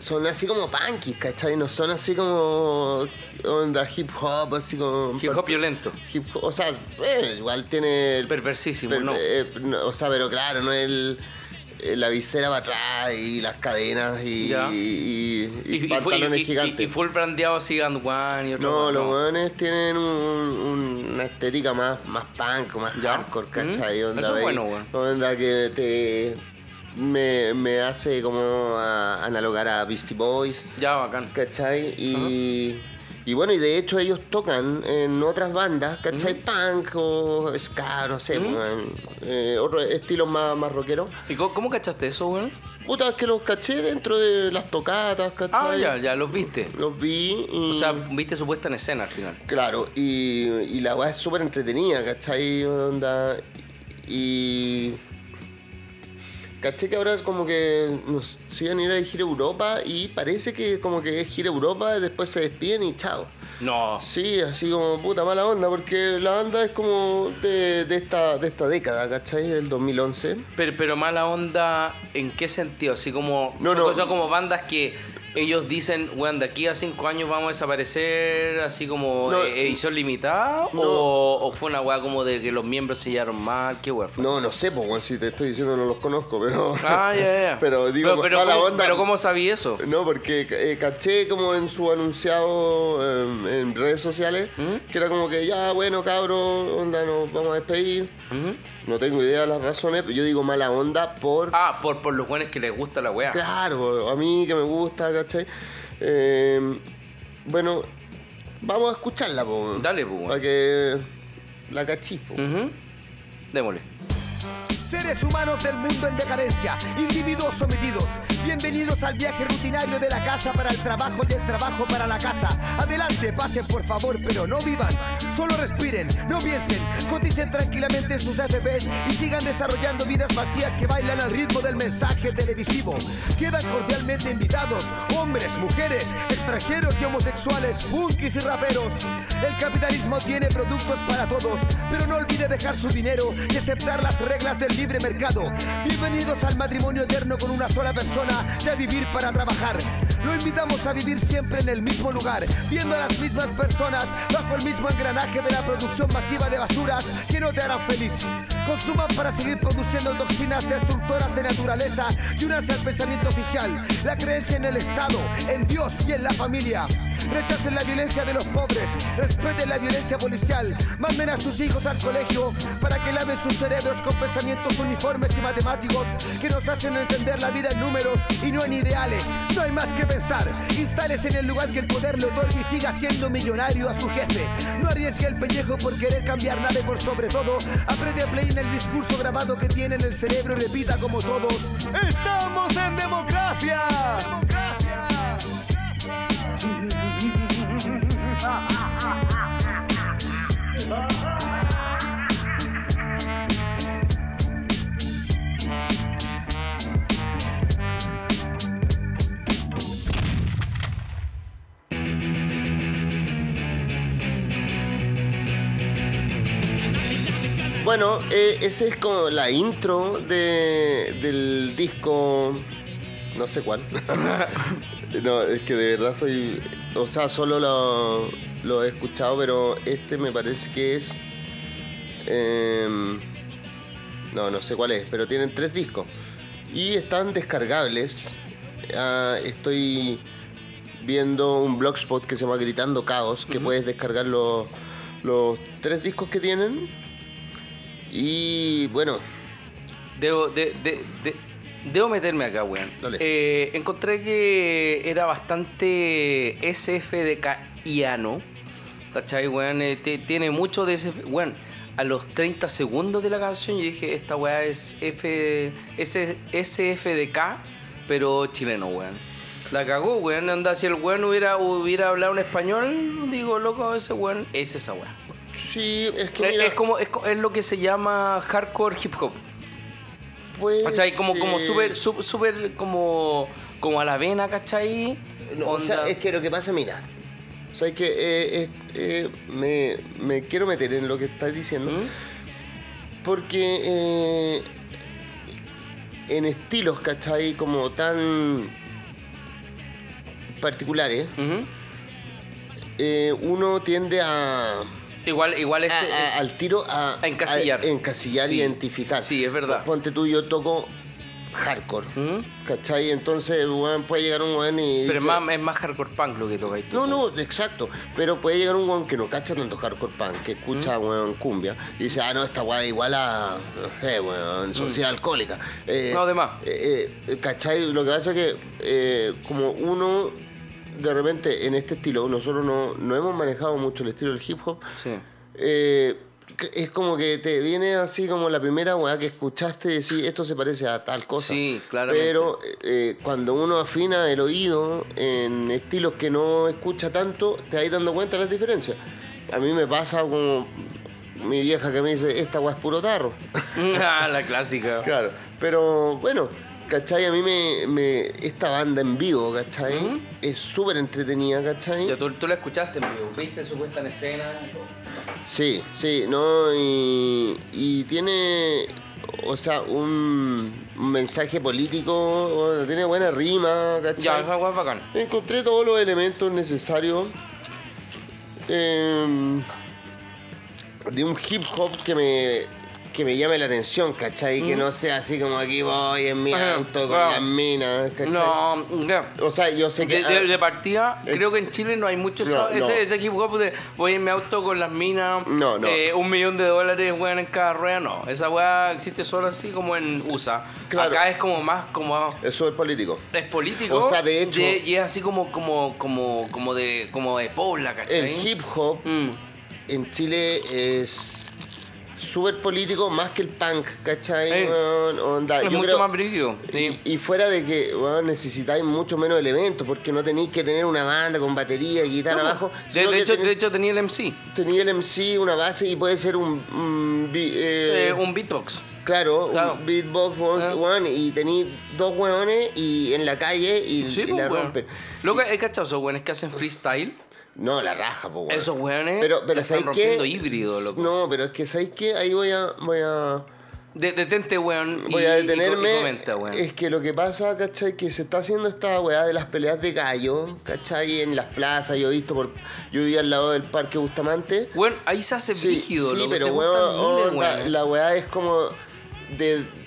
B: son así como punkies, ¿cachai? No son así como onda hip hop, así como...
A: Hip hop violento.
B: Hip hop, o sea, eh, igual tiene... el-
A: Perversísimo,
B: per-
A: ¿no?
B: eh, no, o sea, pero claro, no es el... eh, La visera para atrás y las cadenas y,
A: Ya.
B: y- y- y
A: Y- y fu-
B: pantalones
A: y- y-
B: gigantes.
A: Y, full brandeado así, Gun One y otro.
B: No, los
A: no.
B: weones tienen un- un- una estética más, más punk, más
A: ¿Ya?
B: hardcore, ¿cachai?
A: Mm,
B: Onda,
A: eso es
B: veis-
A: bueno, weón.
B: onda que te me, me hace como a- analogar a Beastie Boys,
A: Ya, bacán.
B: ¿cachai? Y, y bueno, y de hecho ellos tocan en otras bandas, ¿cachai?
A: Mm.
B: Punk o ska, no sé, weón. Eh, otros estilos más, más rockeros.
A: ¿Y cómo, cómo cachaste eso, weón?
B: Puta, es que los caché dentro de las tocatas,
A: Ah,
B: ¿cachai?
A: ya, ya, los viste.
B: Los vi y...
A: O sea, viste su puesta en escena al final.
B: Claro, y, y la weá es súper entretenida, ¿cachai? Onda, y. ¿Cachai que ahora como que nos siguen ir a gira Europa y parece que como que es gira Europa, después se despiden y chao.
A: No.
B: Sí, así como puta mala onda, porque la onda es como de, de esta, de esta década, ¿cachai? Del 2011.
A: Pero, pero mala onda, ¿en qué sentido? Así como.
B: No,
A: son
B: no.
A: cosas como bandas que ellos dicen, weón, de aquí a cinco años vamos a desaparecer, así como
B: No.
A: eh, edición limitada.
B: No.
A: O, o fue una weá como de que los miembros se llevaron mal, qué weá fue.
B: No, no sé, pues bueno, si te estoy diciendo no los conozco, pero.
A: Ah, ya, ya.
B: Pero digo, mala
A: ¿cómo,
B: onda.
A: Pero ¿cómo sabí eso?
B: No, porque eh, caché como en su anunciado em, en redes sociales
A: ¿Mm?
B: que era como que ya, bueno, cabro, onda, nos vamos a despedir. No tengo idea de las razones, pero yo digo mala onda por.
A: Ah, por, por los weones que les gusta la weá.
B: Claro, a mí que me gusta, caché. Em, bueno, Vamos a escucharla, po. weón.
A: Dale, po, weón.
B: Para que la cachis, po.
A: Ujú. Démosle.
D: Seres humanos del mundo en decadencia, individuos sometidos. Bienvenidos al viaje rutinario de la casa para el trabajo y el trabajo para la casa. Adelante, pasen por favor, pero no vivan. Solo respiren, no piensen, coticen tranquilamente en sus AFPs y sigan desarrollando vidas vacías que bailan al ritmo del mensaje televisivo. Quedan cordialmente invitados hombres, mujeres, extranjeros y homosexuales, punkis y raperos. El capitalismo tiene productos para todos, pero no olvide dejar su dinero y aceptar las reglas del libre mercado. Bienvenidos al matrimonio eterno con una sola persona de vivir para trabajar. Lo invitamos a vivir siempre en el mismo lugar, viendo a las mismas personas bajo el mismo engranaje de la producción masiva de basuras que no te harán feliz. Consuman para seguir produciendo toxinas destructoras de naturaleza y unarse al pensamiento oficial, la creencia en el Estado, en Dios y en la familia. Rechacen la violencia de los pobres, respeten la violencia policial, manden a sus hijos al colegio para que laven sus cerebros con pensamientos uniformes y matemáticos que nos hacen entender la vida en números y no en ideales. No hay más que pensar, instales en el lugar que el poder le otorga y siga siendo millonario a su jefe. No arriesgue el pellejo por querer cambiar nada y por sobre todo, aprende a play en el discurso grabado que tiene en el cerebro y repita como todos. ¡Estamos en democracia! ¡Democracia!
B: Bueno, eh, ese es como la intro de- del disco. No sé cuál. no, es que de verdad soy. O sea, solo lo, lo he escuchado, pero este me parece que es. em, no, no sé cuál es, pero tienen tres discos. Y están descargables. Ah, estoy viendo un blogspot que se llama Gritando Caos, que puedes descargar los, los tres discos que tienen. Y bueno,
A: Debo, de- de- de- debo meterme acá, weón.
B: Dale.
A: Eh, encontré que era bastante SFDKiano. ¿Cachai, weón? Eh, te- tiene mucho de ese. Weón, a los 30 segundos de la canción yo dije, esta weá es F, S- SFDK, pero chileno, weón. La cagó, weón. Anda, si el weón hubiera, hubiera hablado en español, digo, loco, ese weón es esa weá.
B: sí, es que
A: Es,
B: mira,
A: es como, es, co- es lo que se llama hardcore hip hop.
B: pues,
A: ¿Cachai? Como, como
B: eh,
A: súper, sup- súper, como, como a la vena, ¿cachai?
B: no, o sea,
A: Onda-
B: es que lo que pasa, mira, o sea, es que eh, es- eh, me, me quiero meter en lo que estás diciendo,
A: ¿Mm?
B: porque eh, en estilos, ¿cachai? Como tan particulares,
A: Ujú.
B: eh, uno tiende a...
A: Igual, igual este...
B: a- a- al tiro a,
A: A encasillar.
B: a encasillar
A: Sí.
B: y identificar. Pues
A: Sí, es verdad. ¿Mm?
B: Ponte tú, yo toco hardcore.
A: este, Ujú.
B: ¿Cachai? Entonces, weón, puede llegar un weón y.
A: pero es
B: dice-
A: más, es más hardcore punk lo que toca ahí.
B: No, no, exacto. Pero puede llegar un weón que no cacha tanto hardcore punk, que escucha,
A: ¿Mm?
B: weón, cumbia, y dice, ah, no, esta weá igual a. No sé, weón, sociedad alcohólica. Eh,
A: Mm. No, de más.
B: eh, eh, ¿Cachai? Lo que pasa es que, eh, como uno. De repente, en este estilo, nosotros no, no hemos manejado mucho el estilo del hip hop,
A: Sí.
B: eh, que- es como que te viene así como la primera weá que escuchaste y decís, esto se parece a tal cosa.
A: Sí, claramente.
B: Pero eh, cuando uno afina el oído en estilos que no escucha tanto, te vas dando cuenta de las diferencias. A mí me pasa como mi vieja que me dice, esta weá es puro tarro.
A: Ah, la clásica.
B: Claro, pero bueno, ¿cachai? A mí me, me- esta banda en vivo, ¿cachai? Es súper entretenida, ¿cachai?
A: Ya, tú, tú la escuchaste, amigo. Viste su puesta en escena.
B: Sí, sí, no, y, y tiene, o sea, un un mensaje político, bueno, tiene buena rima, ¿cachai?
A: Ya, esa weá es bacán.
B: Encontré todos los elementos necesarios em, eh, de un hip hop que me que me llame la atención, ¿cachai? Que no sea así como aquí voy en mi
A: Mm. Ajá,
B: auto con
A: claro.
B: las minas, ¿cachai?
A: No, ya.
B: O sea, yo sé que.
A: De,
B: ah,
A: de- de partida, creo que en Chile no hay mucho eso-
B: No, no.
A: Ese, ese hip hop de voy en mi auto con las minas,
B: No, no.
A: eh, un millón de dólares weón, en cada rueda, no. Esa weá existe solo así como en USA.
B: Claro.
A: Acá es como más como
B: eso es político.
A: es político.
B: O sea, de hecho-
A: y- y es así como, como, como, como de como de pobla, ¿cachai?
B: El hip hop
A: Mm.
B: en Chile es súper político más que el punk, ¿cachai?
A: Sí.
B: weón? onda.
A: Es
B: Ah, Yo
A: mucho
B: creo-
A: más brígido. sí.
B: Y, y fuera de que weón, necesitáis mucho menos elementos, porque no tenéis que tener una banda con batería, guitarra, abajo.
A: De, de hecho, de hecho tenía el
B: Eh,
A: MC,
B: tenía el MC, una base y puede ser un. un bi- eh,
A: eh, un beatbox.
B: Claro,
A: Claro.
B: un beatbox, weón,
A: Ah.
B: weón, y tenéis dos hueones y en la calle y,
A: Sí,
B: y
A: pues,
B: la
A: weón.
B: rompen.
A: Lo que he cachado esos weones que hacen freestyle.
B: No, la raja, po, weón.
A: Esos weones
B: Pero, pero
A: están
B: ¿sabéis
A: rompiendo
B: qué?
A: híbrido, loco.
B: No, pero es que ¿sabéis qué? Ahí voy a. Voy a.
A: De- detente, weón. y-
B: Voy a
A: y- y
B: detenerme.
A: comenta, weón.
B: es que lo que pasa, ¿cachai? Que se está haciendo esta weá de las peleas de gallo, ¿cachai? En las plazas, yo he visto por. Yo vivía al lado del parque Bustamante.
A: Weón, ahí se hace brígido,
B: sí,
A: loco.
B: pero
A: se
B: weón,
A: juntan miles,
B: onda,
A: weón.
B: la weá es como de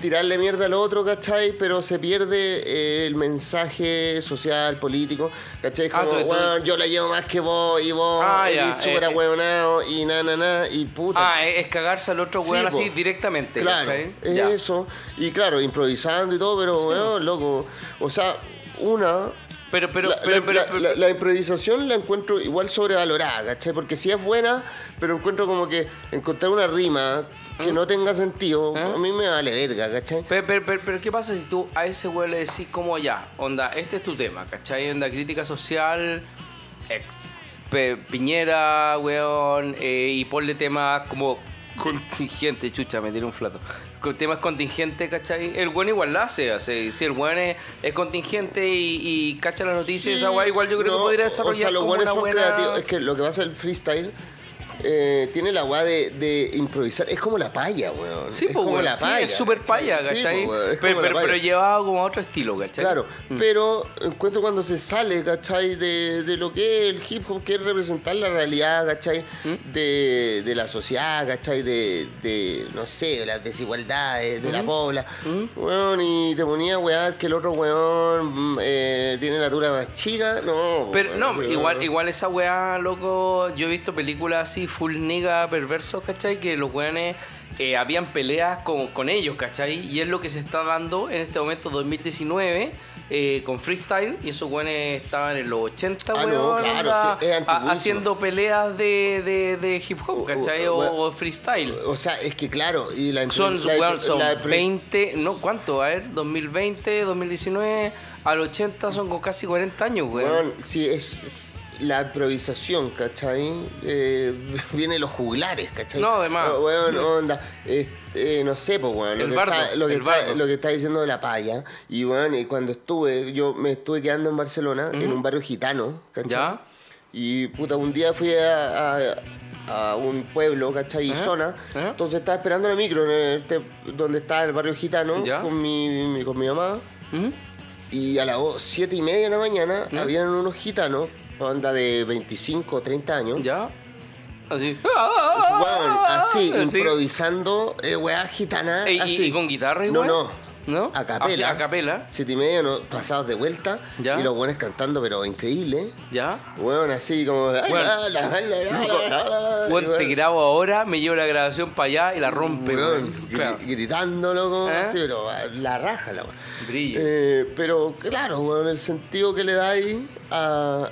B: tirarle mierda al otro, ¿cachai? Pero se pierde eh, el mensaje social, político, ¿cachai?
A: Ah,
B: Como,
A: tú- tú-
B: weón, yo la llevo más que vos y vos,
A: Ah,
B: y
A: ya,
B: súper
A: eh,
B: ahueonado, y na, na, na, y puta.
A: Ah, es es cagarse al otro weón
B: Sí,
A: así
B: po.
A: directamente,
B: claro,
A: ¿cachai?
B: es
A: Ya.
B: eso. Y claro, improvisando y todo, pero weón, loco, o sea, una
A: Pero, pero,
B: la,
A: pero,
B: la-
A: pero,
B: la-
A: pero-
B: la- la improvisación la encuentro igual sobrevalorada, ¿cachai? Porque sí es buena, pero encuentro como que encontrar una rima que
A: ¿Mm?
B: no tenga sentido,
A: ¿Eh?
B: a mí me vale verga, ¿cachai?
A: Pero, pero, pero, pero, ¿qué pasa si tú a ese güey le decís como ya? Onda, este es tu tema, ¿cachai? Onda, crítica social, ex, pe- Piñera, weón, eh, y ponle temas como contingente, chucha, me tiré un flato. Con temas contingentes, ¿cachai? El weón igual la hace, hace- si el weón es, es contingente y, y cacha la noticia, esa weá igual yo creo
B: No,
A: que podría desarrollar
B: O sea, los
A: como
B: buenos
A: una
B: son
A: buena...
B: creativos. Es que lo que pasa el freestyle eh, tiene la weá de, de improvisar. Es como la paya, weón.
A: Sí,
B: es
A: pues,
B: como
A: weón,
B: la
A: sí,
B: paya.
A: es súper paya,
B: Sí,
A: ¿cachai?
B: pues, weón, es
A: pero,
B: como la
A: pero,
B: paya.
A: pero llevado como a otro estilo, ¿cachai?
B: Claro, pero encuentro cuando se sale, ¿cachai? De, de lo que es el hip hop, que es representar la realidad, ¿cachai?
A: Mm.
B: De, de la sociedad, ¿cachai? De, de, no sé, de las desigualdades, de
A: Mm.
B: la pobla. Weón, y te ponía a wear que el otro weón mm, eh, tiene la altura más chica. No,
A: Pero
B: weón,
A: no,
B: weón.
A: igual, igual esa weá, loco, yo he visto películas así, full nigga, perversos, ¿cachai? Que los weones eh, habían peleas con, con ellos, ¿cachai? Y es lo que se está dando en este momento 2019. eh, con freestyle y esos weones estaban en los 80
B: Ah, no,
A: weón,
B: claro,
A: onda,
B: sí, es
A: ha-
B: antiguísimo. Uh,
A: haciendo peleas de, de- de hip hop, ¿cachai? O,
B: weón.
A: o freestyle.
B: O sea, es que claro, y la impro-
A: Son,
B: la-
A: weón, son
B: la-
A: 20, no, ¿cuánto? A ver, 2020, 2019, al 80 son con casi 40 años, weón.
B: Weón, sí, es, es la improvisación, ¿cachai? Eh, vienen los juglares, ¿cachai?
A: No, además.
B: Oh, weón, onda. eh, eh, no sé, pues, weón. Lo,
A: El
B: que,
A: bardo,
B: está, lo, que
A: el
B: está-
A: bardo.
B: lo que está diciendo de la paya. Y, weón, y cuando estuve, yo me estuve quedando en Barcelona, en un barrio gitano, ¿cachai?
A: Ya.
B: Y, puta, un día fui a, a- a un pueblo, ¿cachai? Y zona.
A: ajá.
B: Entonces estaba esperando la micro en este- donde está el barrio gitano
A: Ya.
B: con mi, mi- con mi mamá.
A: Ujú.
B: Y a las 7 y media de la mañana habían unos gitanos, onda de 25 o 30 años.
A: ¿Ya? Así.
B: Weón, así,
A: Así.
B: improvisando, eh, weá gitana.
A: Ey, ¿y-
B: así.
A: y con guitarra
B: No,
A: igual?
B: no.
A: ¿No?
B: A
A: Así,
B: capela.
A: a capela.
B: Siete y media, no, pasados de vuelta.
A: Ya.
B: Y los buenos cantando, pero increíble. ¿eh?
A: ¿Ya?
B: Weón, así como. ay,
A: Weón.
B: la, la, la, la, la, la, la,
A: Weón, te
B: weón.
A: grabo ahora, me llevo la grabación para allá y la rompe,
B: Weón,
A: weón.
B: gri-
A: Claro.
B: gritando, loco.
A: ¿Eh?
B: así, pero ah, la raja, la weá.
A: Brillo.
B: Eh, pero claro, weón, el sentido que le da ahí a,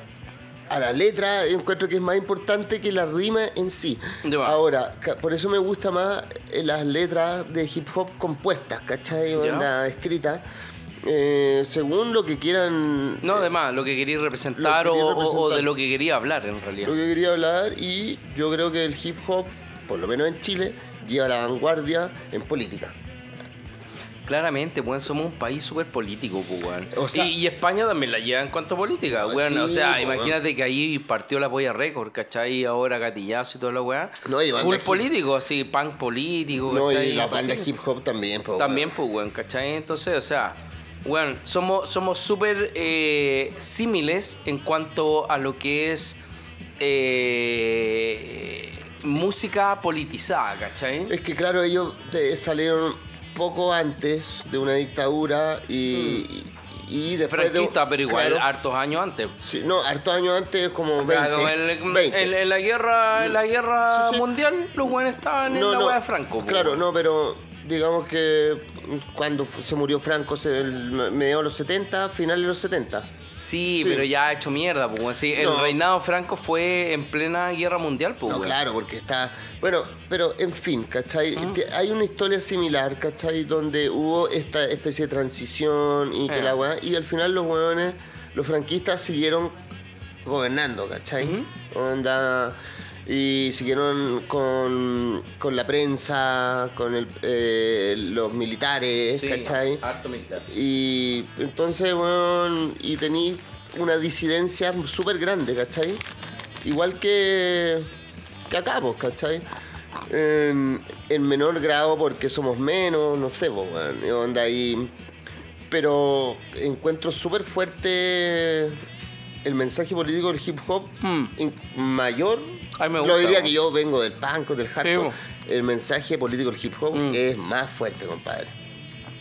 B: a la letra, encuentro que es más importante que la rima en sí.
A: Ya va.
B: Ahora, ca- por eso me gusta más eh, las letras de hip hop compuestas, ¿cachai?
A: Ya.
B: Onda escrita. eh, según lo que quieran.
A: No, además, lo que quería representar,
B: Lo que
A: o,
B: quería
A: o- o
B: representar.
A: de lo que quería hablar en
B: lo
A: realidad.
B: que quería hablar y yo creo que el hip hop, por lo menos en Chile, lleva la vanguardia en política.
A: Claramente, weón, somos un país súper político, pues, weón.
B: O sea-
A: y, y España también la lleva en cuanto a política,
B: Ah,
A: weón. o
B: sí,
A: sea,
B: pues,
A: imagínate que ahí partió la polla récord, ¿cachai? Ahora gatillazo y toda la weá.
B: No, y banda
A: Full
B: hip-
A: político, así, punk político,
B: No,
A: ¿cachai?
B: y la banda
A: Porque-
B: hip hop también, po,
A: También,
B: weón.
A: pues, weón, ¿cachai? Entonces, o sea, weón, somos somos súper eh, símiles en cuanto a lo que es eh, música politizada, ¿cachai?
B: Es que claro, ellos eh, salieron poco antes de una dictadura y, y, y después de-
A: Franquista, pero igual
B: claro.
A: hartos años antes.
B: Sí, no, hartos años antes, como
A: O sea,
B: 20.
A: como en-
B: 20.
A: en- en la guerra, en la guerra
B: Sí, sí.
A: mundial, los buenos estaban en la hueá de Franco. pues, po.
B: Claro, no, pero digamos que cuando fu- se murió Franco, se, el, medio de los 70, finales de los 70.
A: Sí,
B: Sí.
A: pero ya ha hecho mierda, pues. weón. Sí, el
B: No.
A: reinado Franco fue en plena guerra mundial, pues.
B: No,
A: weón.
B: claro, porque está. Bueno, pero en fin, ¿cachai?
A: Ah.
B: Te- Hay una historia similar, ¿cachai? Donde hubo esta especie de transición y que
A: Eh.
B: la weá. Y al final los hueones, los franquistas siguieron gobernando, ¿cachai? Onda. Y siguieron con, con la prensa, con el, eh, los militares,
A: Sí, Ah,
B: ¿cachai?
A: harto militar.
B: Y entonces, weón, y tení una disidencia súper grande, ¿cachai? Igual que, que acá, pues, ¿cachai? En, en menor grado porque somos menos, no sé, pues, weón, y onda ahí. Pero encuentro súper fuerte el mensaje político del hip hop
A: Mm.
B: in- mayor.
A: A mí me
B: lo
A: gusta,
B: diría
A: weón.
B: que yo vengo del punk, del hardcore.
A: po.
B: el mensaje político del hip hop
A: Mm.
B: es más fuerte, compadre.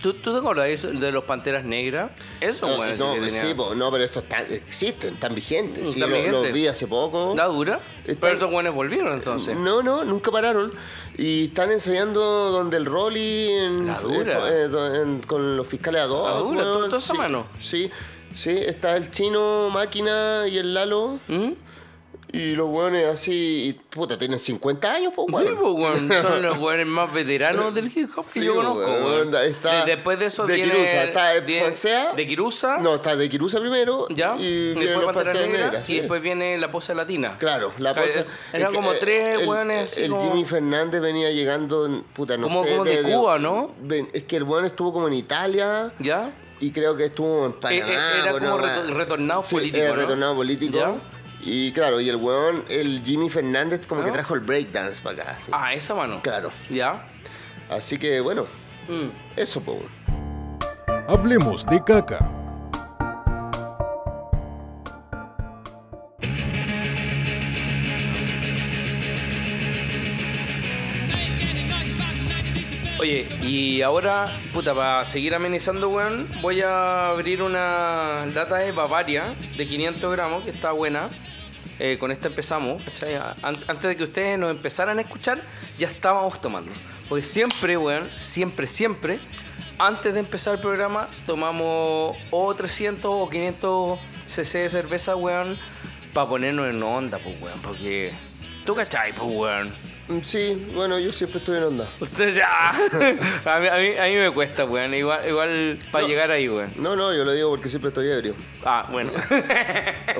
A: ¿Tú, tú te acordás de los Panteras Negras? Eso,
B: No,
A: weón,
B: Ah, no,
A: sí que tenía-
B: sí, po, no, pero estos tan- existen, están vigentes.
A: Mm,
B: sí,
A: están
B: lo-
A: vigentes.
B: Los vi hace poco.
A: ¿La dura?
B: Está-
A: Pero esos buenos volvieron entonces.
B: No, no, nunca pararon. Y están ensayando donde el Rolly. En,
A: La dura.
B: eh, con- eh, en- con los fiscales a dos.
A: La dura,
B: weón,
A: todo- todo esa
B: sí,
A: mano.
B: Sí, sí, está el chino, máquina y el Lalo.
A: ¿Mm?
B: Y los hueones así. y, puta, tienen 50 años, pues,
A: Sí, pues, weón, son los weones más veteranos del hip hop que
B: Sí,
A: yo conozco.
B: weón,
A: weón.
B: onda, está
A: De- después de eso
B: de
A: viene.
B: Quirusa, está el
A: viene-
B: Francea.
A: De Quirusa.
B: No, está de Quirusa primero.
A: ¿Ya?
B: Y vienen
A: después
B: los
A: Panteras
B: Panteras
A: Negras,
B: Negras,
A: y
B: sí.
A: después viene la posa latina.
B: Claro, la
A: Claro,
B: cosa
A: es- eran como tres hueones así
B: eh, El
A: como-
B: Jimmy Fernández venía llegando, en- puta, no
A: Como-
B: sé.
A: como de Cuba, ¿no?
B: ven- es que el hueón estuvo como en Italia
A: ¿Ya?
B: y creo que estuvo en Panamá.
A: Eh, eh, era
B: por
A: como
B: una
A: reto-
B: weá.
A: retornado
B: Sí,
A: político,
B: era
A: ¿no?
B: retornado político.
A: ¿Ya?
B: Y claro, y el hueón, el Jimmy Fernández como que
A: ¿Ah?
B: trajo el breakdance para acá. así.
A: Ah, esa mano.
B: Claro.
A: ¿Ya?
B: Así que bueno,
A: Mm.
B: eso, pues.
C: Hablemos de caca.
A: Oye, y ahora, puta, para seguir amenizando, weón, voy a abrir una lata de Bavaria de 500 gramos, que está buena. Eh, con esta empezamos. ¿cachai? An- Antes de que ustedes nos empezaran a escuchar, ya estábamos tomando. Porque siempre, weón, siempre, siempre, antes de empezar el programa, tomamos o 300 o 500 cc de cerveza, weón, para ponernos en onda, pues, weón, porque... ¿Tú cachai, pues, weón?
B: Mm, Sí, bueno, yo siempre estoy en onda.
A: Ustedes ya. a, mí, a, mí, a mí me cuesta, weón. Igual, igual para llegar ahí, weón.
B: No, no, yo lo digo porque siempre estoy ebrio.
A: Ah, bueno.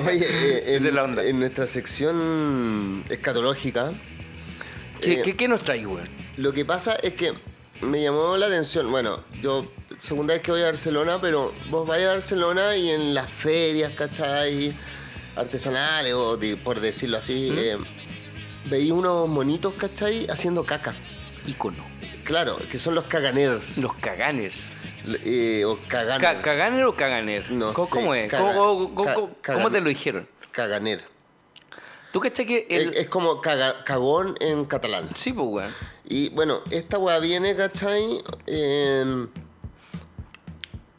B: Oye, eh,
A: Esa es la onda.
B: en, en nuestra sección escatológica,
A: ¿Qué,
B: eh,
A: qué, qué nos trae, weón?
B: Lo que pasa es que me llamó la atención. Bueno, yo, segunda vez que voy a Barcelona, pero vos vais a Barcelona y en las ferias, ¿cachai? Artesanales, o de- por decirlo
A: ¿Mm?
B: así, eh, veí unos monitos, ¿cachai? Haciendo caca.
A: Ícono.
B: Claro, que son los caganers.
A: Los caganers.
B: eh, o caganers.
A: Ca- ¿Caganer o caganer?
B: No
A: ¿Cómo,
B: sé,
A: cómo es?
B: caga-
A: ¿Cómo, cómo-
B: ca-
A: cómo-
B: cagan-
A: cómo te lo dijeron?
B: Caganer.
A: ¿Tú cachai que el.
B: Es, es como caga- cagón en catalán.
A: Sí, pues, weón.
B: Y bueno, esta weá viene, ¿cachai? Eh,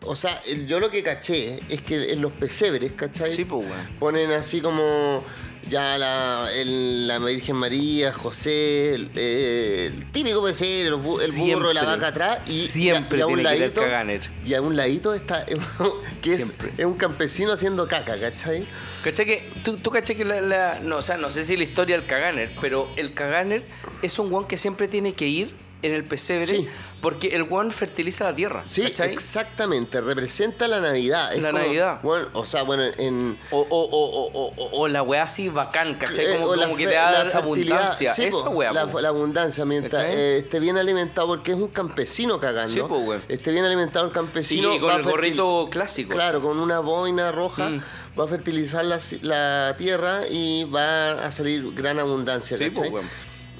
B: o sea, el- yo lo que caché es que en los pesebres, ¿cachai?
A: Sí, pues, weón.
B: Ponen así como ya la, el- la Virgen María, José, el, eh, el típico pesebre, el, bu- el burro, la
A: Siempre,
B: vaca atrás. Y,
A: siempre
B: y a, y a un
A: tiene que ir el
B: ladito,
A: caganer.
B: Y a un ladito está, que es,
A: Siempre.
B: es un campesino haciendo caca, ¿cachai?
A: ¿Cachai que, tú, tú cachai que la, la- no, o sea, no sé si la historia del caganer, pero el caganer es un guan que siempre tiene que ir en el pesebre
B: Sí.
A: porque el guan fertiliza la tierra.
B: Sí,
A: ¿cachai?
B: exactamente, representa la Navidad. es
A: La Navidad.
B: Bueno, o sea, bueno, en,
A: O, o, o, o, o, o la weá así bacán, ¿cachai?
B: Eh,
A: Como,
B: o la
A: como que
B: fe-
A: te da
B: la fertilidad,
A: abundancia.
B: sí,
A: Esa
B: po,
A: weá.
B: La,
A: po.
B: la abundancia, mientras
A: ¿Cachai?
B: eh, esté bien alimentado, porque es un campesino cagando.
A: Sí, po, weón.
B: Esté bien alimentado el campesino.
A: Y- y con
B: va a
A: el
B: fertil-
A: gorrito clásico.
B: Claro, con una boina roja.
A: Mm.
B: Va a fertilizar la, la tierra y va a salir gran abundancia.
A: Sí, po,
B: ¿cachai?
A: weón.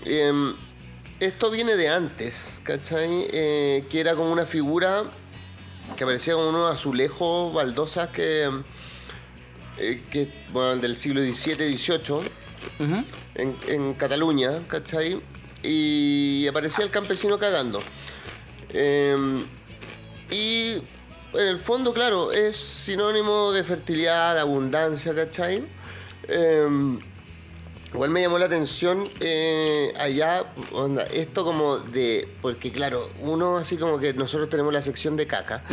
B: Em, esto viene de antes, ¿cachai? Eh, que era como una figura que aparecía como unos azulejos, baldosas que, eh, que, bueno, del siglo XVII, XVIII,
A: Ujú.
B: en, en Cataluña, ¿cachai? Y aparecía el campesino cagando. Eh, y en el fondo, claro, es sinónimo de fertilidad, de abundancia, ¿cachai? Eh, igual me llamó la atención eh, allá, onda, esto como de, porque claro, uno así como que nosotros tenemos la sección de caca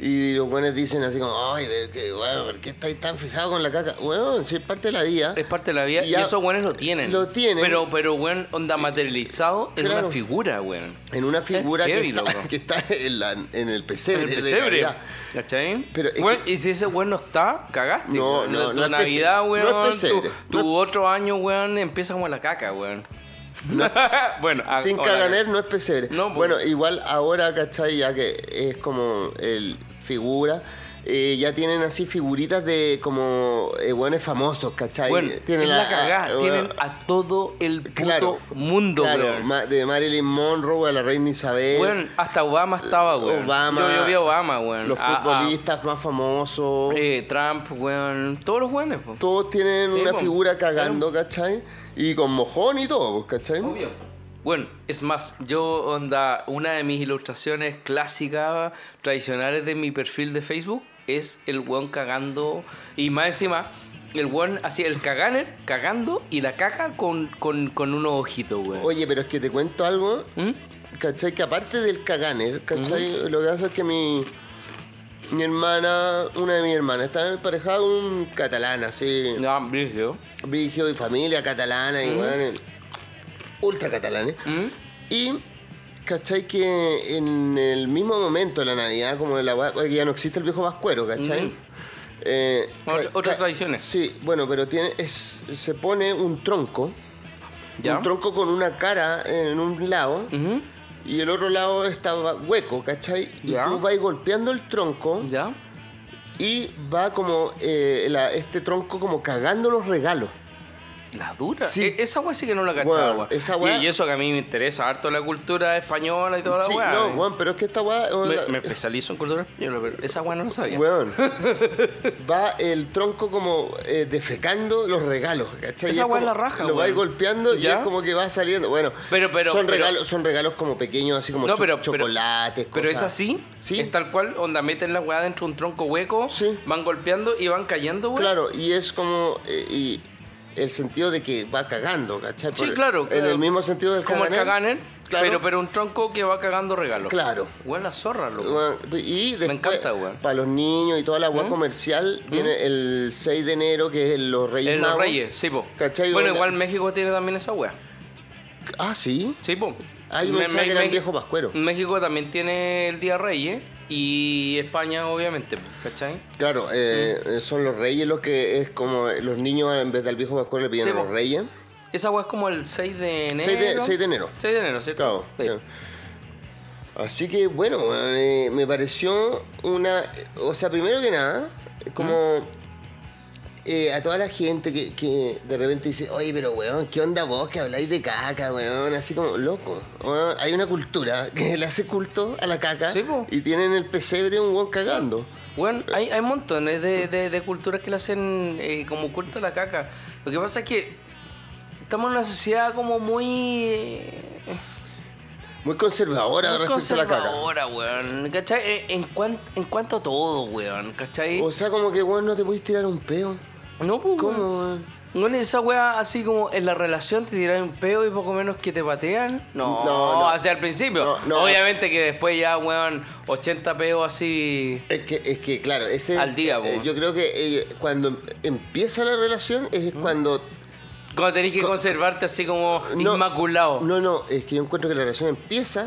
B: y los buenos dicen así como, ay, pero que, bueno, ¿por qué estáis tan fijados con la caca? Bueno, si es parte de la vida.
A: Es parte de la vida y,
B: Ya-
A: esos weones lo tienen.
B: Lo tienen.
A: Pero, pero weón, onda materializado en
B: Claro.
A: una figura, weón.
B: en una figura
A: Es
B: que
A: heavy,
B: está,
A: loco.
B: que está en, la- en el
A: En
B: pesebre.
A: el
B: de
A: pesebre.
B: Navidad.
A: ¿Cachai?
B: Pero es
A: Weón,
B: que-
A: Y si ese weón no está, cagaste.
B: No,
A: weón.
B: no,
A: tu
B: no es
A: Navidad,
B: pesebre. No
A: weón.
B: es pesebre.
A: tu tu
B: No
A: otro año, weón, empieza como la caca, weón. bueno, ah,
B: Sin
A: hola.
B: caganer no es pesebre.
A: No, pues.
B: bueno, igual ahora, ¿cachai? Ya que es como el figura. eh, ya tienen así figuritas de como eh, hueones famosos, ¿cachai?
A: Weón,
B: tienen
A: es la cagada.
B: ah, bueno,
A: Tienen a todo el puto
B: claro,
A: mundo,
B: claro,
A: weón.
B: ma- de Marilyn Monroe a la reina Isabel.
A: Weón, hasta Obama estaba, weón.
B: Obama,
A: Yo, yo vi a Obama, weón.
B: los
A: A- a-
B: futbolistas más famosos.
A: ah. eh, Trump, weón. Todos los weones, po.
B: Todos tienen
A: Sí, pues.
B: una
A: po.
B: figura cagando, ¿cachai? Y con mojón y todo, pues, ¿cachai?
A: Bueno, es más, yo onda, una de mis ilustraciones clásicas, tradicionales de mi perfil de Facebook, es el weón cagando. Y más encima, el weón hacía el caganer, cagando y la caca con, con, con unos ojitos, weón.
B: Oye, pero es que te cuento algo,
A: ¿Mm?
B: ¿cachai? Que aparte del caganer, ¿cachai? Lo que pasa es que mi, mi hermana, una de mis hermanas, estaba emparejada con un catalán, así,
A: Ah, brígido.
B: vigio y familia catalana, y bueno, ultra catalán, ¿eh?
A: ¿Mm?
B: Y, ¿cachai? Que en el mismo momento de la Navidad, como de la guagua, que ya no existe el viejo vascuero, ¿cachai?
A: Mm.
B: Eh,
A: Ot-
B: ca-
A: otras
B: ca-
A: tradiciones.
B: Sí, bueno, pero tiene es, se pone un tronco,
A: ¿Ya?
B: un tronco con una cara en un lado
A: Ujú,
B: y el otro lado estaba hueco, ¿cachai? Y
A: Ya.
B: tú vas golpeando el tronco
A: ¿Ya?
B: y va como eh, la- este tronco como cagando los regalos.
A: La dura.
B: Sí.
A: E- esa weá sí que no la cachaba,
B: Weón,
A: weón.
B: esa weá-
A: Y, y eso que a mí me interesa harto la cultura española y toda la
B: sí,
A: weá. eh.
B: no, weón, pero es que esta weá.
A: Me, me especializo en cultura española, pero esa weá no la sabía.
B: Weón. va el tronco como eh, defecando los regalos, ¿cachai?
A: Esa
B: Y
A: weá es
B: como-
A: la raja,
B: Lo va
A: weón.
B: golpeando y
A: ¿Ya?
B: es como que va saliendo. Bueno,
A: Pero- pero-
B: son,
A: pero-
B: regalos, son regalos como pequeños, así como
A: No,
B: cho-
A: pero- pero-
B: chocolates,
A: Pero es
B: cosas.
A: así,
B: Sí.
A: es tal cual, onda meten la weá dentro de un tronco hueco,
B: Sí.
A: van golpeando y van cayendo, weón.
B: Claro, y es como. eh, y el sentido de que va cagando, ¿cachai?
A: Sí,
B: Por-
A: claro, claro.
B: En el mismo sentido del
A: Como el caganer,
B: Claro.
A: pero, pero un tronco que va cagando regalos.
B: Claro.
A: Weón, la zorra, loco.
B: Bueno, y después,
A: encanta, weón. ¿Mm?
B: para los niños y toda la agua comercial, viene el 6 de enero, que es el- los Reyes
A: En Eh, los
B: Magos.
A: reyes, sí, po.
B: ¿Cachai?
A: Bueno,
B: Onda-
A: igual México tiene también esa weá.
B: Ah, sí.
A: Sí, po.
B: Ah, yo
A: Me-
B: pensaba
A: me-
B: que eran
A: me-
B: viejo pascuero.
A: México también tiene el Día Reyes y España, obviamente, po, ¿cachai?
B: Claro, eh,
A: ¿Mm?
B: eh, son los reyes los que es como los niños en vez del viejo pascuero le piden
A: Sí,
B: a los
A: po.
B: reyes.
A: Esa weá es como el 6 de enero.
B: 6 de, 6 de enero.
A: 6 de enero, ¿cierto?
B: Claro,
A: Sí.
B: claro. Así que bueno, eh, me pareció una. O sea, primero que nada, como. eh, a toda la gente que, que de repente dice, oye, pero weón, ¿qué onda vos que habláis de caca, weón? Así como, loco. weón, hay una cultura que le hace culto a la caca
A: Sí, po.
B: y tienen el pesebre un weón cagando.
A: Bueno,
B: Eh.
A: hay, hay montones de, de- de culturas que le hacen eh, como culto a la caca. Lo que pasa es que estamos en una sociedad como muy... eh,
B: Muy conservadora
A: muy
B: respecto a la caca.
A: conservadora, weón. ¿Cachai? Eh, En, en cuan- en cuanto a todo, weón. ¿Cachai?
B: O sea, como que, weón, no te puedes tirar un peo.
A: no, pues, weón.
B: ¿Cómo, weón?
A: Weón, esa weá así como en la relación te tiran un peo y poco menos que te patean. No,
B: No,
A: no,
B: no.
A: hacia el principio.
B: No, no.
A: Obviamente que después ya, weón, 80 peos así...
B: Es que, es que claro, ese.
A: Al día, po.
B: eh, Yo creo que eh, cuando em- empieza la relación es
A: Mm.
B: cuando.
A: Cuando tenés que conservarte así como
B: no-
A: inmaculado.
B: No, no, es que yo encuentro que la relación empieza.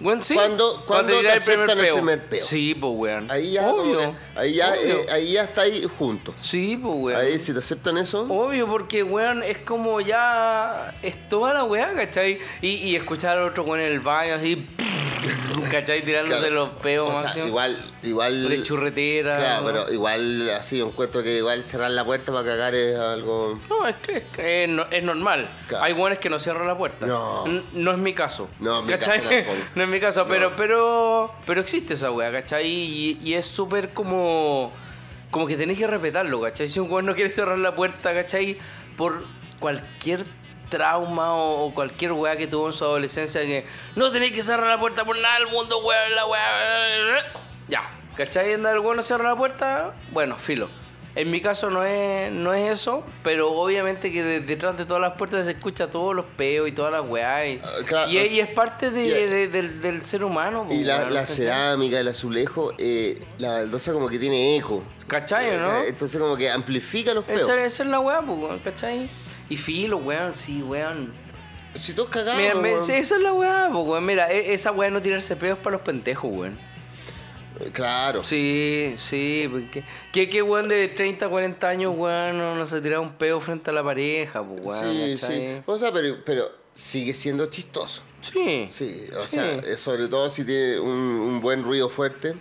A: Weón, sí.
B: Cuando- cuando
A: tiráis
B: te aceptan el primer peo.
A: Sí, pues, weón.
B: Ahí ya. como
A: Obvio.
B: que- ahí ya,
A: Obvio.
B: eh, ahí ya está ahí juntos.
A: sí, pues, weón.
B: Ahí, si te aceptan eso.
A: Obvio, porque, weón, es como ya. Es toda la weá, ¿cachai? Y, y escuchar al otro weón en el baño así. ¿cachai? Tirándose
B: claro,
A: los peos,
B: o sea,
A: máximo.
B: igual, igual.
A: Le churretera.
B: Claro,
A: weón.
B: pero igual así, yo encuentro que igual cerrar la puerta para cagar es algo.
A: No, es que es, que es no- es normal.
B: Claro.
A: Hay weones que no cierran la puerta.
B: No.
A: N- No es mi caso.
B: No, en mi
A: ¿Cachai?
B: caso tampoco.
A: No es mi caso, pero, pero, pero existe esa wea, ¿cachai? Y, y es súper como. Como que tenés que respetarlo, ¿cachai? Si un weón no quiere cerrar la puerta, ¿cachai? Por cualquier trauma o, o cualquier weá que tuvo en su adolescencia que no tenéis que cerrar la puerta por nada del mundo, weá, la weá. Ya, ¿cachai? Anda el bueno cierra la puerta, bueno, filo. En mi caso no es, no es eso, pero obviamente que de- detrás de todas las puertas se escucha todos los peos y todas las weá. Y,
B: Ah, claro.
A: y, es- y es parte de-
B: Yeah.
A: de- del, del ser humano. po,
B: Y la,
A: weón,
B: la
A: ¿cachai?
B: cerámica, el azulejo, eh, la baldosa como que tiene eco.
A: ¿Cachai o no?
B: Entonces como que amplifica los peos.
A: Esa, esa es la weá, pues, weón, ¿cachai? Y filo, weón, sí, weón.
B: Si todos cagamos,
A: Mira, me-
B: weón.
A: sí, esa es la weá, pues, weón. Mira, e- esa weá de no tirarse pedos para los pendejos, weón.
B: Eh, Claro.
A: Sí, sí, pues, porque. ¿Qué, qué weón de 30, 40 años, weón, no, no se tiraba un pedo frente a la pareja, pues, weón,
B: sí, sí.
A: ¿cachai?
B: O sea, pero, pero sigue siendo chistoso.
A: Sí.
B: Sí, o
A: Sí.
B: sea, eh, sobre todo si tiene un, un buen ruido fuerte.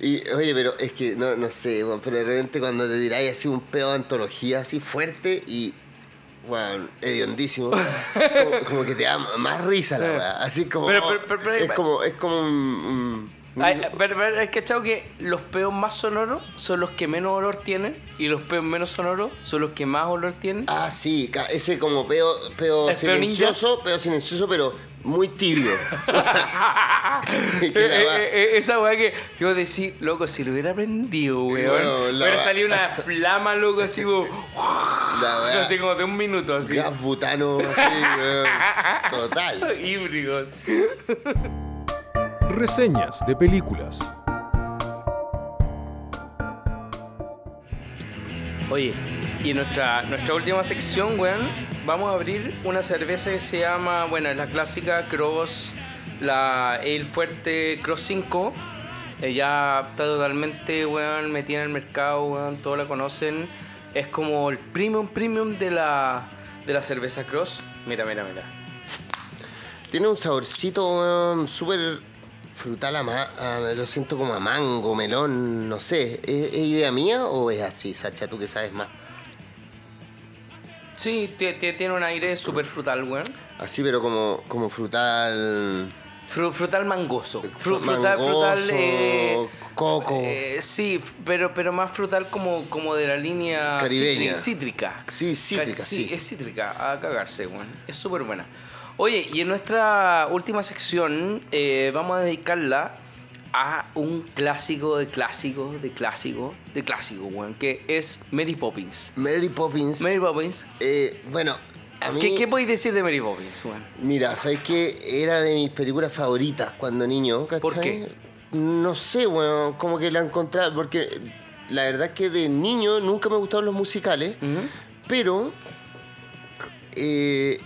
B: Y, oye, pero es que no, no sé, weón, pero de repente cuando te tiráis así un pedo de antología así fuerte y, weón, hediondísimo, como, como que te da más risa la weá. Así como,
A: Pero- pero- pero- pero-
B: es como, es como un... un-
A: Ay, eh. pero, pero es que chao que los peos más sonoros son los que menos olor tienen y los peos menos sonoros son los que más olor tienen.
B: Ah, sí, ca- ese como peo, peo
A: El peo ninja.
B: silencioso, peo silencioso, pero muy tibio.
A: ah, Eh,
B: Que la
A: eh,
B: va-
A: eh, esa weá que que vos decís, loco, si lo hubiera aprendido,
B: Bueno,
A: weón.
B: la-
A: Pero salió una flama, loco, así como,
B: la weá.
A: así como de un minuto, así.
B: Gas butano, así, weón. Total.
A: Híbridos.
C: Reseñas de películas.
A: Oye, y nuestra, nuestra última sección, weón, vamos a abrir una cerveza que se llama, bueno, la clásica Cross, la Ale Fuerte Cross 5. Ella está totalmente, weón, metida en el mercado, weón, todos la conocen. Es como el premium, premium de la, de la cerveza Cross. Mira, mira, mira.
B: Tiene un saborcito, weón, súper frutal a, ma- a- Lo siento como a mango, melón, no sé. ¿Es, es idea mía o es así, Sacha, tú que sabes más?
A: Sí, tie- tie- tiene un aire súper frutal, weón.
B: Así, pero como, como frutal.
A: Fru- frutal mangoso. Fru-
B: fru-
A: frutal, frutal.
B: mangoso,
A: eh,
B: coco.
A: Eh, sí, f- pero, pero más frutal como, como de la línea
B: Caribeña.
A: cítri- cítrica.
B: Sí, cítrica,
A: Ca-
B: sí.
A: es cítrica, a cagarse, weón. Es súper buena. Oye, y en nuestra última sección eh, vamos a dedicarla a un clásico de clásico, de clásico, de clásico, weón, que es Mary Poppins.
B: Mary Poppins.
A: Mary Poppins.
B: eh, bueno, a mí.
A: ¿Qué, ¿Qué podéis decir de Mary Poppins, weón?
B: Mira, ¿sabes qué? Era de mis películas favoritas cuando niño, ¿cachai?
A: ¿Por qué?
B: No sé, bueno, como que la encontraba, porque la verdad es que de niño nunca me gustaron los musicales, pero eh,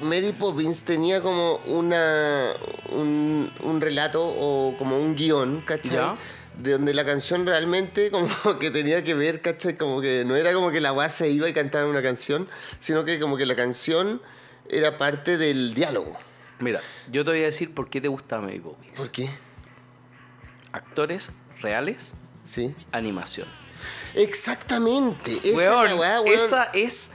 B: Mary Poppins tenía como una un, un relato o como un guión, ¿cachai?
A: Ya.
B: De donde la canción realmente como que tenía que ver, ¿cachai? Como que no era como que la weá se iba y cantaba una canción, sino que como que la canción era parte del diálogo.
A: Mira, yo te voy a decir por qué te gusta Mary Poppins.
B: ¿Por qué?
A: Actores reales,
B: Sí.
A: animación.
B: Exactamente. Esa
A: Weón,
B: es la weá, weón.
A: esa es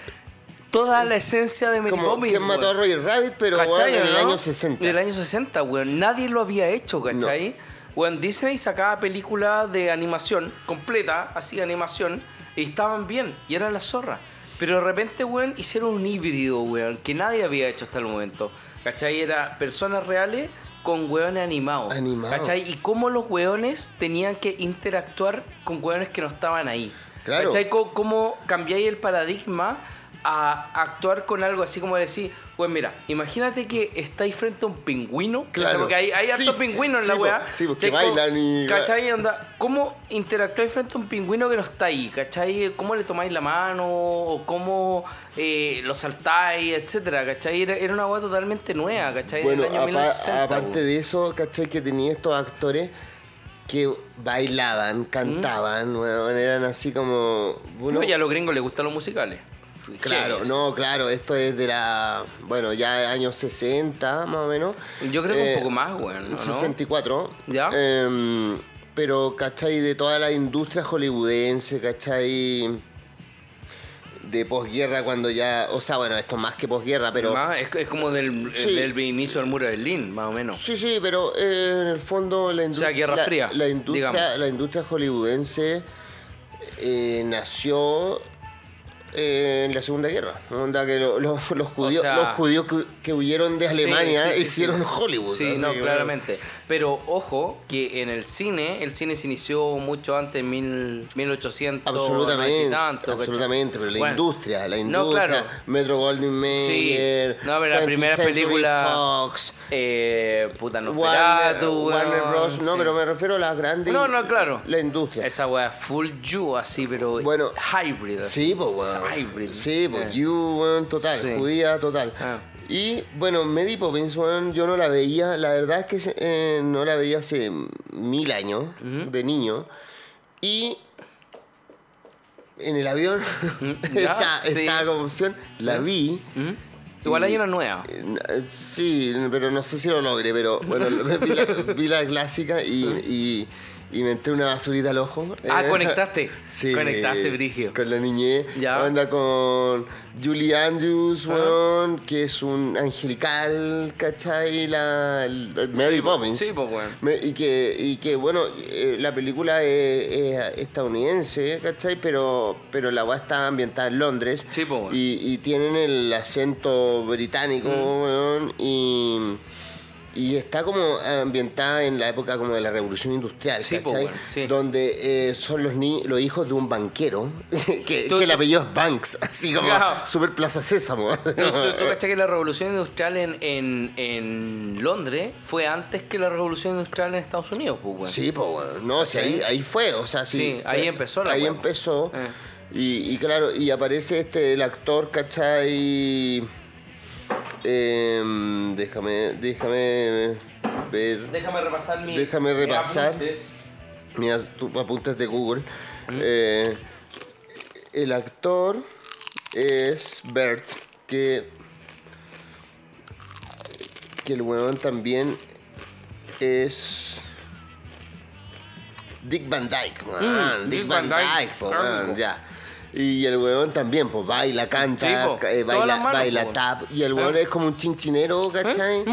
A: toda la esencia de Mary
B: como
A: Poppins.
B: que mató a
A: weón.
B: Roger Rabbit, pero weón,
A: ¿Cachai,
B: en el
A: no?
B: año 60.
A: Del año 60, weón. Nadie lo había hecho, ¿cachai? Weón, Disney sacaba películas de animación completa, así animación, y estaban bien, y eran la zorra. Pero de repente, weón, hicieron un híbrido, weón, que nadie había hecho hasta el momento. ¿Cachai? Era personas reales con weones animados.
B: Animados.
A: ¿Cachai? Y cómo los weones tenían que interactuar con weones que no estaban ahí.
B: Claro.
A: ¿Cachai? Co- ¿Cómo cambiáis el paradigma a actuar con algo así como decir, pues mira, imagínate que estáis frente a un pingüino,
B: Claro.
A: porque hay, hay
B: Sí.
A: hartos pingüinos en la
B: Sí, po.
A: weá.
B: Sí, po, que
A: ¿Cachai? Co-
B: bailan y-
A: ¿Cachai? Onda, ¿Cómo interactuáis frente a un pingüino que no está ahí? ¿Cachai? ¿Cómo le tomáis la mano? ¿O cómo eh, lo saltáis? Etcétera, ¿cachai? Era, era una weá totalmente nueva, ¿cachai?
B: Bueno,
A: Del año
B: apa-
A: 1960,
B: aparte
A: po.
B: de eso, ¿cachai? Que tenía estos actores que
A: ¿Mm?
B: bailaban, cantaban, weón, eran así como... uno-
A: No, y a los gringos les gustan los musicales.
B: Claro,
A: Genios.
B: no, claro, esto es de la, bueno, ya años 60 más o menos.
A: Yo creo que un
B: Eh,
A: poco más, weón, ¿no?
B: 64.
A: Ya.
B: Em, pero, ¿cachai? De toda la industria hollywoodense, ¿cachai? De posguerra cuando ya, o sea, bueno, esto más que posguerra, pero...
A: Más, es, es como del,
B: Sí.
A: del inicio del muro de Berlín, más o menos.
B: Sí, sí, pero eh, en el fondo la industria.
A: sea, Guerra
B: la,
A: Fría,
B: la industria,
A: digamos.
B: la industria hollywoodense eh, nació eh, en la Segunda Guerra. Onda que lo- lo- los, judíos,
A: sea-
B: los judíos que, que huyeron de Alemania
A: Sí, sí, sí,
B: hicieron
A: sí.
B: Hollywood.
A: Sí,
B: así
A: no,
B: que,
A: claramente. Pero ojo que en el cine, el cine se inició mucho antes, mil, 1800.
B: Absolutamente,
A: y tanto, ¿cachai?
B: absolutamente, pero la
A: Bueno,
B: industria, la industria,
A: No, claro.
B: Metro Goldwyn Mayer,
A: No, pero la
B: 20th
A: primera
B: Century
A: película.
B: Fox,
A: Eh, puta, no
B: Warner, Warner Bros. No, pero me refiero a las grandes.
A: No, no, claro.
B: La industria.
A: Esa wea full you, así, pero
B: Bueno,
A: hybrid.
B: Sí, pues,
A: Es
B: weón.
A: Hybrid.
B: Sí, pues,
A: Eh.
B: you, weón, total,
A: Sí.
B: judía, total.
A: Ah.
B: Y bueno, Mary Poppins, weón, yo no la veía, la verdad es que se- eh, no la veía hace mil años, de niño. Y en el avión,
A: ya,
B: esta,
A: sí.
B: esta confusión, la vi.
A: ¿Mm? Igual hay
B: Y-
A: una nueva.
B: Eh, n- Sí, pero no sé si lo logré, pero bueno, vi la, vi la clásica y, y- y me entré una basurita al ojo.
A: Ah,
B: Eh,
A: conectaste. Conectaste, Brigio.
B: Con la niñez.
A: Ya.
B: Onda con Julie Andrews, weón, que es un angelical, ¿cachai? La, la- Mary
A: Sí, po-
B: Poppins.
A: sí, po, weón.
B: Me- Y que, y que bueno, eh, la película es, es estadounidense, ¿cachai? Pero, pero la weá está ambientada en Londres.
A: Sí, po, weón.
B: y, y tienen el acento británico,
A: Mm.
B: weón, y, y está como ambientada en la época como de la revolución industrial,
A: Sí, po,
B: ¿cachai?
A: weón, sí.
B: Donde eh, son los, ni los hijos de un banquero, que, que
A: Tú-
B: el apellido es Banks, así como
A: Claro.
B: super plaza sésamo.
A: ¿Tú, tú-
B: eh.
A: tú cachai que la revolución industrial en, en, en Londres fue antes que la revolución industrial en Estados Unidos, pues, weón?
B: Sí, pues, weón. no, sí,
A: ¿Cachai?
B: ahí, ahí fue, o sea, sí.
A: Sí,
B: fue-
A: ahí empezó la
B: Ahí
A: hueá, po.
B: empezó.
A: Eh.
B: Y, y claro, y aparece este, el actor, ¿cachai? Em, déjame, déjame ver
A: Déjame repasar mis.
B: Déjame
A: mis
B: repasar.
A: apuntes.
B: mira tus apuntes de Google. Eh, el actor es Bert, que, que el weón también es Dick Van Dyke, weón.
A: Mm,
B: Dick,
A: Dick
B: Van,
A: Van Dyke,
B: Dyke, po, weón,
A: claro.
B: ya. Y el weón también, pues baila, canta,
A: Sí, po,
B: ca- eh,
A: todas
B: baila,
A: las manos,
B: baila
A: po, weón.
B: tap. Y el weón
A: Eh. mm.
B: es como un chinchinero, ¿cachai?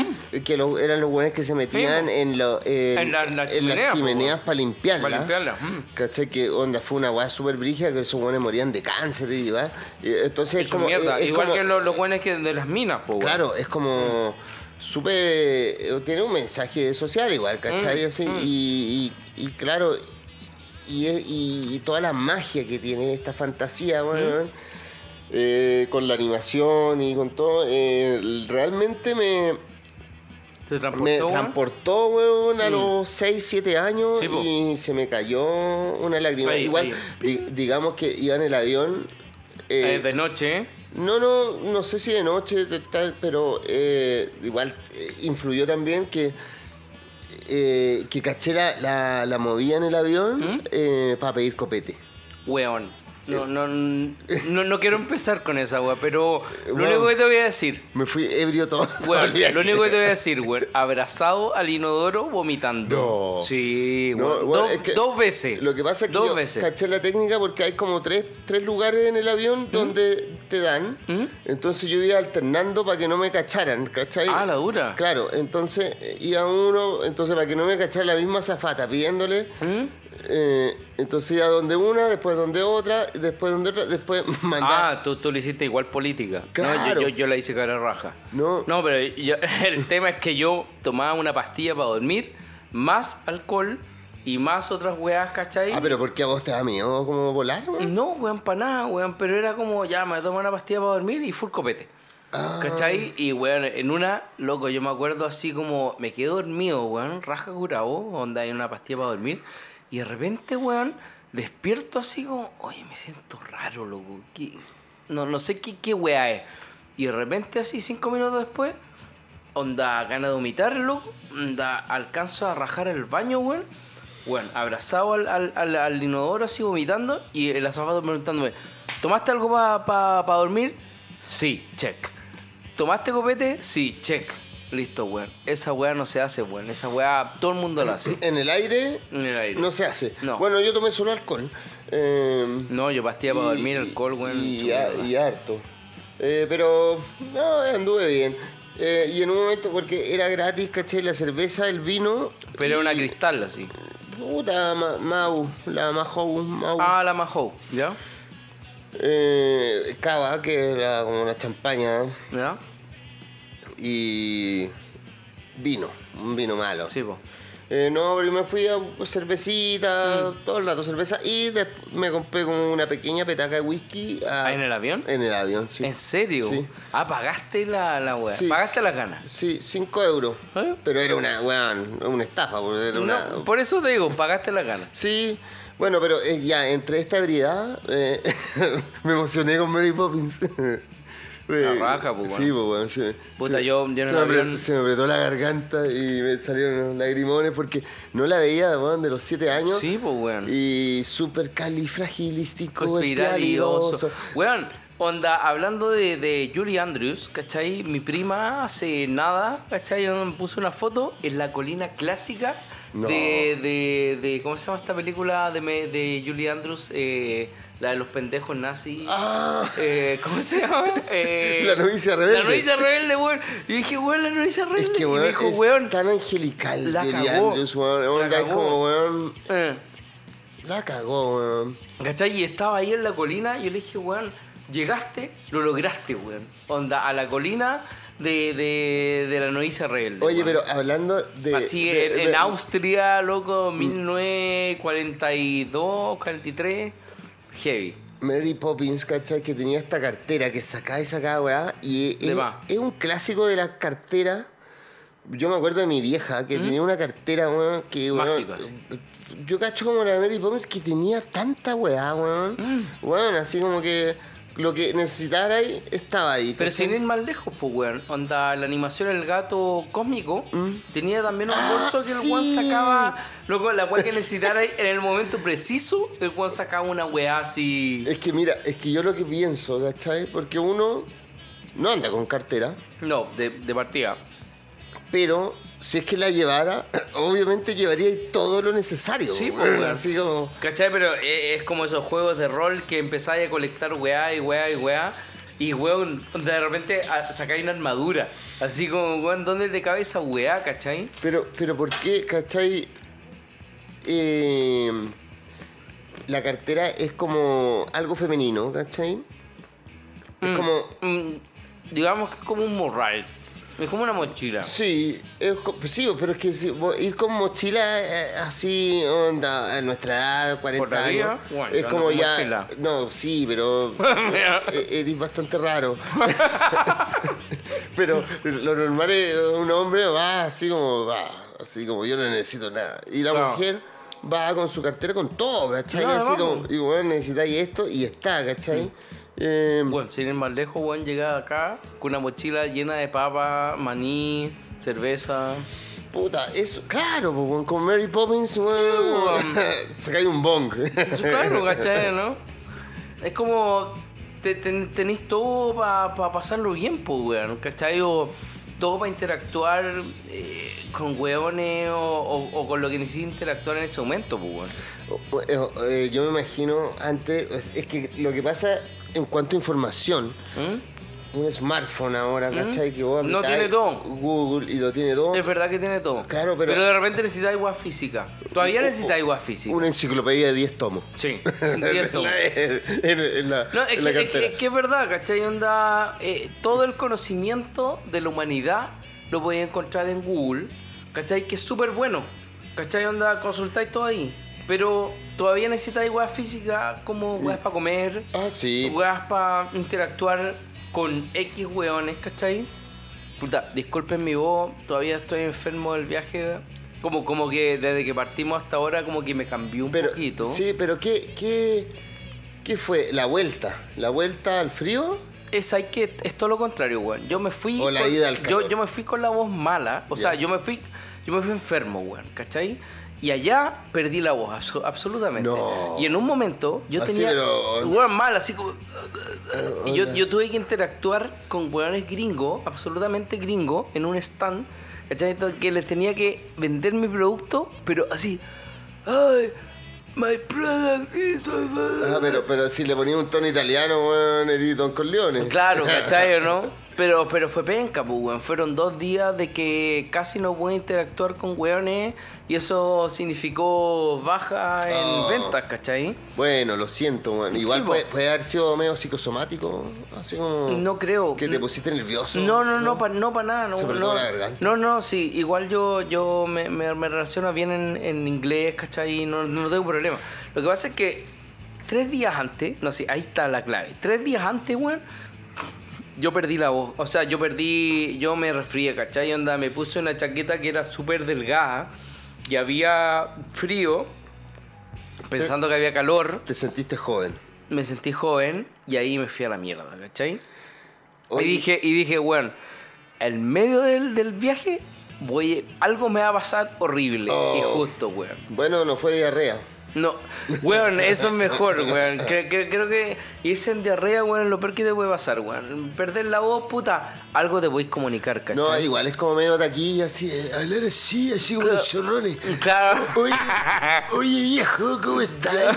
B: Que lo- eran los weones que se metían
A: po.
B: en, lo-
A: En la- en la
B: en
A: chimenea,
B: las
A: po,
B: chimeneas
A: weón.
B: para limpiarla.
A: Pa' limpiarla, mm.
B: ¿Cachai? Que onda, fue una weá súper brígida que esos weones morían de cáncer y va. Y Entonces es
A: Hecho
B: como. eh,
A: mierda.
B: es- es
A: Igual
B: como-
A: que los, los buenos que de las minas, pues, weón.
B: Claro, es como súper... eh, Tiene un mensaje social igual,
A: Mm,
B: ¿cachai? Así, Y, y- y claro, y, es- y- y toda la magia que tiene esta fantasía,
A: Mm.
B: weón, eh, con la animación y con todo, eh, realmente me,
A: Te transportó,
B: me
A: weón.
B: transportó, weón, a los 6, 7 años
A: Sí, po.
B: y se me cayó una lágrima.
A: Ahí,
B: igual,
A: ahí.
B: di- digamos que iba en el avión... eh,
A: Eh, de noche, ¿eh?
B: no, no, no sé si de noche, de tal, pero eh, igual eh, influyó también que, eh, que caché la, la, la movida en el avión
A: ¿Mm?
B: eh, para pedir copete.
A: Weón.
B: Eh.
A: No, no, no, no quiero empezar con esa, weón, pero lo
B: Weón.
A: único que te voy a decir.
B: Me fui ebrio todo. todo el
A: Weón,
B: viaje.
A: lo único que te voy a decir, weón, abrazado al inodoro vomitando.
B: No.
A: Sí,
B: No,
A: weón.
B: bueno,
A: dos,
B: es que
A: dos veces.
B: Lo que pasa es que
A: dos
B: yo
A: veces.
B: caché la técnica porque hay como tres, tres lugares en el avión
A: ¿Mm?
B: donde te dan. Entonces yo iba alternando para que no me cacharan, ¿cachai?
A: Ah, la dura.
B: Claro, entonces eh, iba uno, entonces para que no me cachara la misma zafata pidiéndole.
A: ¿Mm?
B: eh, entonces iba donde una, después donde otra, después donde otra, después mandar.
A: Ah, tú, tú le hiciste igual política.
B: Claro.
A: No, yo, yo, yo la hice cara raja.
B: No.
A: No, pero yo- el tema es que yo tomaba una pastilla para dormir, más alcohol y más otras weas, ¿cachai?
B: Ah, pero ¿por qué a vos te da miedo como volar? weón?
A: No, weón, para nada, weón, pero era como, ya, me tomo una pastilla para dormir y full copete. ¿Cachai? Y, weón, en una, loco, yo me acuerdo así como, me quedé dormido, weón, rasca curado, onda, hay una pastilla para dormir, y de repente, weón, despierto así como, oye, me siento raro, loco, ¿qué? No, no sé qué, qué weá es. Y de repente, así, cinco minutos después, Onda, gana de vomitar, loco. Onda, alcanzo a rajar el baño, weón. Weón, abrazado al, al, al- al inodoro así vomitando y el azafato preguntándome, ¿tomaste algo para dormir? Sí, check. ¿Tomaste copete? Sí, check. Listo, weón. Esa weá no se hace, weón. Esa weá todo el mundo la hace.
B: En el aire
A: En el aire.
B: no se hace.
A: No.
B: Bueno, yo tomé solo alcohol. Eh,
A: No, yo pastilla para
B: Y-
A: dormir, alcohol, weón.
B: Y,
A: chuta,
B: a-
A: weón.
B: y harto. Eh, pero no, anduve bien. Eh, y en un momento, porque era gratis, caché, la cerveza, el vino.
A: Pero era una
B: y-
A: cristal así.
B: Puta, ma- Mau, la Mahou, Mau.
A: Ah, la majó, ¿ya?
B: eh, cava, que era como una champaña,
A: ¿Ya?
B: y vino, un vino malo.
A: Sí, po.
B: Eh, no, pero me fui a cervecita,
A: Mm.
B: todo el rato cerveza, y des- me compré como una pequeña petaca de whisky. a-
A: ¿Ah, en el avión?
B: En el avión, sí.
A: ¿En serio?
B: Sí.
A: Ah, pagaste la, la weá.
B: Sí,
A: pagaste
B: sí,
A: las ganas.
B: Sí, 5 euros.
A: ¿Eh?
B: Pero era una, weón, una estafa, porque era una...
A: No, por eso te digo, pagaste las ganas.
B: Sí, bueno, pero eh, ya, entre esta habilidad eh, me emocioné con Mary Poppins. Eh,
A: La raja, pues,
B: Sí, pues, weón, sí.
A: Puta,
B: sí.
A: yo- yo en
B: se, me
A: el
B: apre-
A: avión-
B: se me apretó la garganta y me salieron unos lagrimones porque no la veía, weón, de los 7 años.
A: Sí, pues, weón.
B: Y súper califragilístico,
A: Conspiralidoso.
B: espialidoso.
A: Weón, onda, hablando de, de Julie Andrews, ¿cachai? Mi prima hace nada, ¿cachai? Me puso una foto en la colina clásica
B: No.
A: de, de, de- ¿Cómo se llama esta película de, me- de Julie Andrews? Eh, la de los pendejos nazis.
B: Ah.
A: Eh, ¿Cómo se llama? Eh,
B: La novicia rebelde.
A: La novicia rebelde, weón. Y dije, weón, la novicia
B: Es
A: rebelde.
B: que,
A: y me
B: weón,
A: dijo,
B: es
A: weón.
B: tan angelical.
A: la
B: Julie
A: cagó.
B: Andrews, weón.
A: La
B: Onda, es
A: cagó.
B: como, weón,
A: eh,
B: la cagó, weón.
A: ¿Cachai? Y estaba ahí en la colina, yo le dije, weón, llegaste, lo lograste, weón. Onda, a la colina de, de, de la novicia rebelde.
B: Oye,
A: weón.
B: pero hablando de...
A: Así,
B: de-
A: en,
B: de- Mm.
A: en Austria, loco, 1942, 43, heavy.
B: Mary Poppins, ¿cachai? Que tenía esta cartera que sacaba y sacaba, weá. Y
A: De
B: es,
A: más.
B: es un clásico de las carteras. Yo me acuerdo de mi vieja que tenía una cartera, weón, que, weón,
A: Mágico, así.
B: Yo cacho como la de Mary Poppins que tenía tanta weá, weón.
A: Mm.
B: Weón, así como que lo que necesitara ahí estaba ahí.
A: Pero
B: ¿cachai?
A: sin ir más lejos, pues, weón. Onda, la animación El Gato Cósmico tenía también un
B: Mm. Ah,
A: bolso que el
B: sí.
A: weón sacaba, loco, la weá que necesitara en el momento preciso, el weón sacaba una weá así.
B: Es que mira, es que yo lo que pienso, ¿cachai? Porque uno no anda con cartera.
A: No, de, de partida.
B: pero si es que la llevara, obviamente llevaría todo lo necesario.
A: Sí,
B: weón.
A: pues, weón.
B: Así como.
A: ¿Cachai? Pero e- es, como esos juegos de rol que empezáis a colectar weá y weá y weá. Y weón, de repente a- sacáis una armadura. Así como, weón, ¿dónde te cabe esa weá, cachai?
B: Pero, pero ¿por qué, cachai? Eh, la cartera es como algo femenino, cachai? Es como.
A: Mm, digamos que es como un morral. Es como una mochila.
B: Sí, es co- pues sí, pero es que si vo- ir con mochila eh, así, onda, a nuestra edad, 40
A: Todavía,
B: años,
A: bueno,
B: es
A: yo
B: como
A: ando con
B: ya...
A: mochila.
B: No, sí, pero eh, eres bastante raro. pero lo normal es un hombre va así como va, así como yo no necesito nada. Y la
A: Claro.
B: mujer va con su cartera con todo, ¿cachai?
A: No,
B: así
A: vamos.
B: como, y bueno, necesitáis esto y está, ¿cachai? Eh,
A: Bueno, sin ir más lejos, weón, llegar acá con una mochila llena de papa, maní, cerveza.
B: Puta, eso, claro, po, weón, con Mary Poppins, weón. Sacáis un bong.
A: Eso, Claro, ¿cachai? ¿No? Es como te, te- tenéis todo para pasarlo bien, pues, weón, ¿cachai? O todo para interactuar eh, con weones o, o- o con lo que necesites interactuar en ese momento, pues, weón.
B: O- eh, o- eh, yo me imagino antes, es- es que lo que pasa en cuanto a información,
A: ¿Mm?
B: un smartphone ahora, ¿cachai? Que vos
A: No
B: apretás
A: tiene todo.
B: Google y lo tiene todo.
A: Es verdad que tiene todo.
B: Oh. Claro, pero- Oh,
A: de repente necesitáis agua física. Todavía necesitáis agua física.
B: Una enciclopedia de 10 tomos.
A: Sí, cierto.
B: en, en la,
A: No, es
B: en la
A: que, es,
B: cartera.
A: que- es que es verdad, ¿cachai? Onda, eh, todo el conocimiento de la humanidad lo podéis encontrar en Google, ¿cachai? Que es súper bueno, ¿cachai? Onda, consultáis todo ahí. Pero todavía necesitáis weas físicas como weas para comer,
B: Ah, sí.
A: weas para interactuar con X weones, ¿cachai? Puta, disculpen mi voz, todavía estoy enfermo del viaje. Como, como que desde que partimos hasta ahora, como que me cambió un
B: Pero,
A: poquito.
B: Sí, pero ¿qué, qué, ¿qué fue? ¿La vuelta? ¿La vuelta al frío?
A: Es, hay que, es todo lo contrario, weón. Yo me fui.
B: O la
A: con,
B: ida al
A: yo,
B: calor.
A: yo me fui con la voz mala. O sea,
B: Ya.
A: yo me fui. Yo me fui enfermo, weón, ¿cachai? Y allá perdí la voz, abso- absolutamente.
B: No.
A: Y en un momento yo
B: Así,
A: tenía.
B: pero-
A: Weón mal, así como. Y yo, yo tuve que interactuar con weones gringos, absolutamente gringos, en un stand, ¿cachai? Entonces, Que les tenía que vender mi producto, pero así. ¡Ay! My product is.
B: Ah, pero, pero si le ponía un tono italiano, weón, eres Don Corleone.
A: Claro, ¿cachai o no? Pero, pero fue penca, pues, weón. Fueron dos días de que casi no pude interactuar con weones y eso significó baja en
B: Oh.
A: ventas, ¿cachai?
B: Bueno, lo siento, weón. Igual
A: Sí,
B: puede,
A: po.
B: puede haber sido medio psicosomático, así como.
A: No creo.
B: Que te pusiste nervioso.
A: No, no, no, pa- no para nada. No,
B: Sobre
A: no,
B: todo la garganta.
A: no, no, sí, igual yo, yo me, me- me relaciono bien en, en inglés, ¿cachai? No, no tengo problema. Lo que pasa es que tres días antes, no sé, ahí está la clave. Tres días antes, weón, yo perdí la voz. O sea, yo perdí, yo me resfrié, ¿cachai? Onda, me puse una chaqueta que era súper delgada y había frío, pensando que había calor.
B: Te sentiste joven.
A: Me sentí joven y ahí me fui a la mierda, ¿cachai?
B: Oye,
A: Y dije, y dije, weón, al medio del, del viaje, voy, algo me va a pasar horrible.
B: Oh.
A: Y justo, weón.
B: Bueno, no fue diarrea.
A: No, weón, eso es mejor, weón. Cre- cre- Creo, que irse en diarrea, weón, es lo peor que te puede pasar, weón. Perder la voz, puta, algo te podéis comunicar, ¿cachai?
B: No, igual es como medio taquilla, así. eh, Hablar así, así como los zorrones.
A: Claro.
B: Oye, oye, viejo, ¿cómo estás?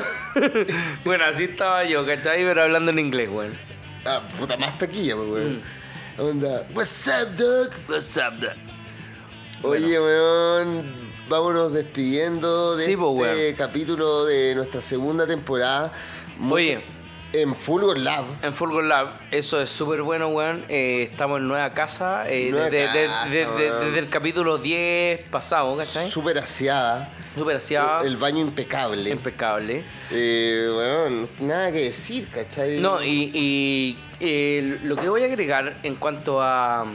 A: Bueno, así estaba yo, ¿cachai? Pero hablando en inglés, weón.
B: Ah, puta, más taquilla, pues, weón. Onda, what's up, doc?
A: Mm. What's up, da-
B: Oye, weón, vámonos despidiendo de
A: Sí,
B: este
A: po, weón.
B: capítulo de nuestra segunda temporada. Mucho-
A: Oye.
B: En Fulgor Lab.
A: En Fulgor Lab, eso es súper bueno, weón. Eh, estamos en nueva casa, eh,
B: Nueva
A: desde, desde-
B: casa,
A: desde-
B: weón.
A: desde el capítulo 10 pasado, ¿cachai?
B: Súper aseada.
A: Súper aseado,
B: El baño impecable.
A: impecable.
B: Eh, weón, nada que decir, ¿cachai?
A: No, y, y, eh, lo que voy a agregar en cuanto a,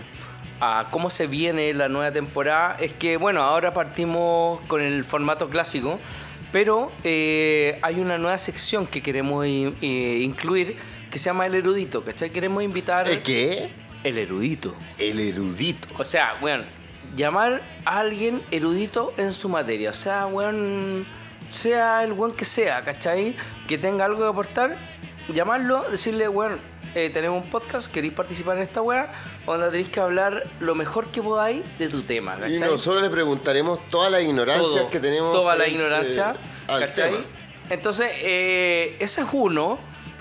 A: a cómo se viene la nueva temporada es que, bueno, ahora partimos con el formato clásico, pero eh, hay una nueva sección que queremos in- eh, incluir que se llama El Erudito, ¿cachai? Queremos invitar
B: ¿El qué?
A: El Erudito.
B: El erudito.
A: O sea, weón, llamar a alguien erudito en su materia. O sea, weón, sea el weón que sea, ¿cachai? Que tenga algo que aportar, llamarlo, decirle, weón, eh, tenemos un podcast, queréis participar en esta weá, onda tenéis que hablar lo mejor que podáis de tu tema,
B: Y
A: ¿cachai?
B: nosotros le preguntaremos todas las ignorancias
A: Todo,
B: que tenemos.
A: Toda la
B: frente
A: ignorancia,
B: al
A: ¿cachai?
B: tema.
A: Entonces, eh, ese es uno,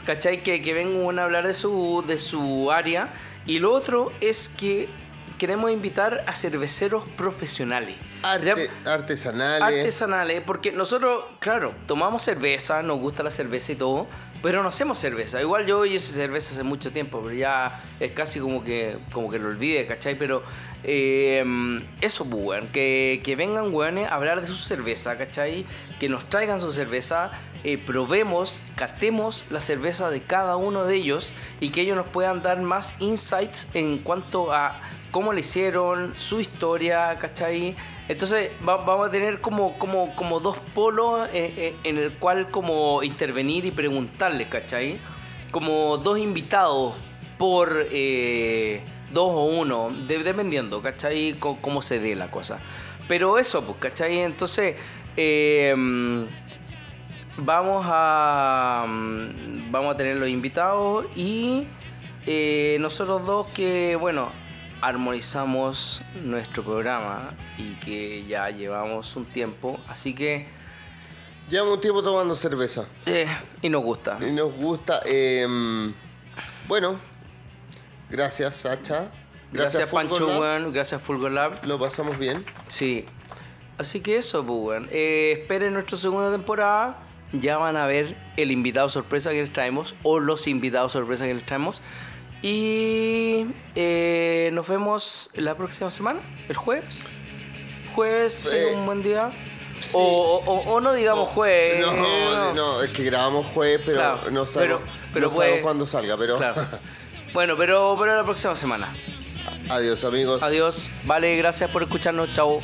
A: ¿cachai? Que, que venga uno a hablar de su, de su área. Y lo otro es que queremos invitar a cerveceros profesionales.
B: Arte-
A: Ya-
B: artesanales.
A: Artesanales, porque nosotros, claro, tomamos cerveza, nos gusta la cerveza y todo, pero no hacemos cerveza. Igual yo hice cerveza hace mucho tiempo, pero ya es casi como que, como que lo olvide, ¿cachai? Pero eh, eso, pues, weón, que, que vengan, weones, a hablar de su cerveza, ¿cachai? Que nos traigan su cerveza, eh, probemos, catemos la cerveza de cada uno de ellos y que ellos nos puedan dar más insights en cuanto a cómo le hicieron, su historia, ¿cachai? Entonces va- vamos a tener como, como, como dos polos eh, eh, en el cual como intervenir y preguntarle, ¿cachai? Como dos invitados por eh, dos o uno, de- dependiendo, ¿cachai? Co- cómo se dé la cosa. Pero eso, pues, ¿cachai? Entonces... eh, vamos a mm, vamos a tener los invitados y eh, nosotros dos que bueno armonizamos nuestro programa y que ya llevamos un tiempo así que
B: Llevamos un tiempo tomando cerveza.
A: eh, y nos gusta
B: Y nos gusta. em, bueno, gracias, Sacha.
A: gracias,
B: Fútbol
A: Pancho
B: Lab.
A: weón, gracias Fulgor Lab
B: Lo pasamos bien.
A: Sí. Así que eso, pues, weón. Eh, esperen nuestra segunda temporada. Ya van a ver el invitado sorpresa que les traemos o los invitados sorpresa que les traemos. Y eh, nos vemos la próxima semana, el jueves. Jueves
B: Eh,
A: es un buen día.
B: sí.
A: O, o- o- o no digamos jueves.
B: No, no, es que grabamos jueves, pero
A: Claro,
B: no sabemos,
A: pero- pero
B: no sabemos
A: puede-
B: cuándo salga. Pero
A: Claro. Bueno, pero, pero la próxima semana.
B: adiós, amigos.
A: Adiós. Vale, gracias por escucharnos. Chao.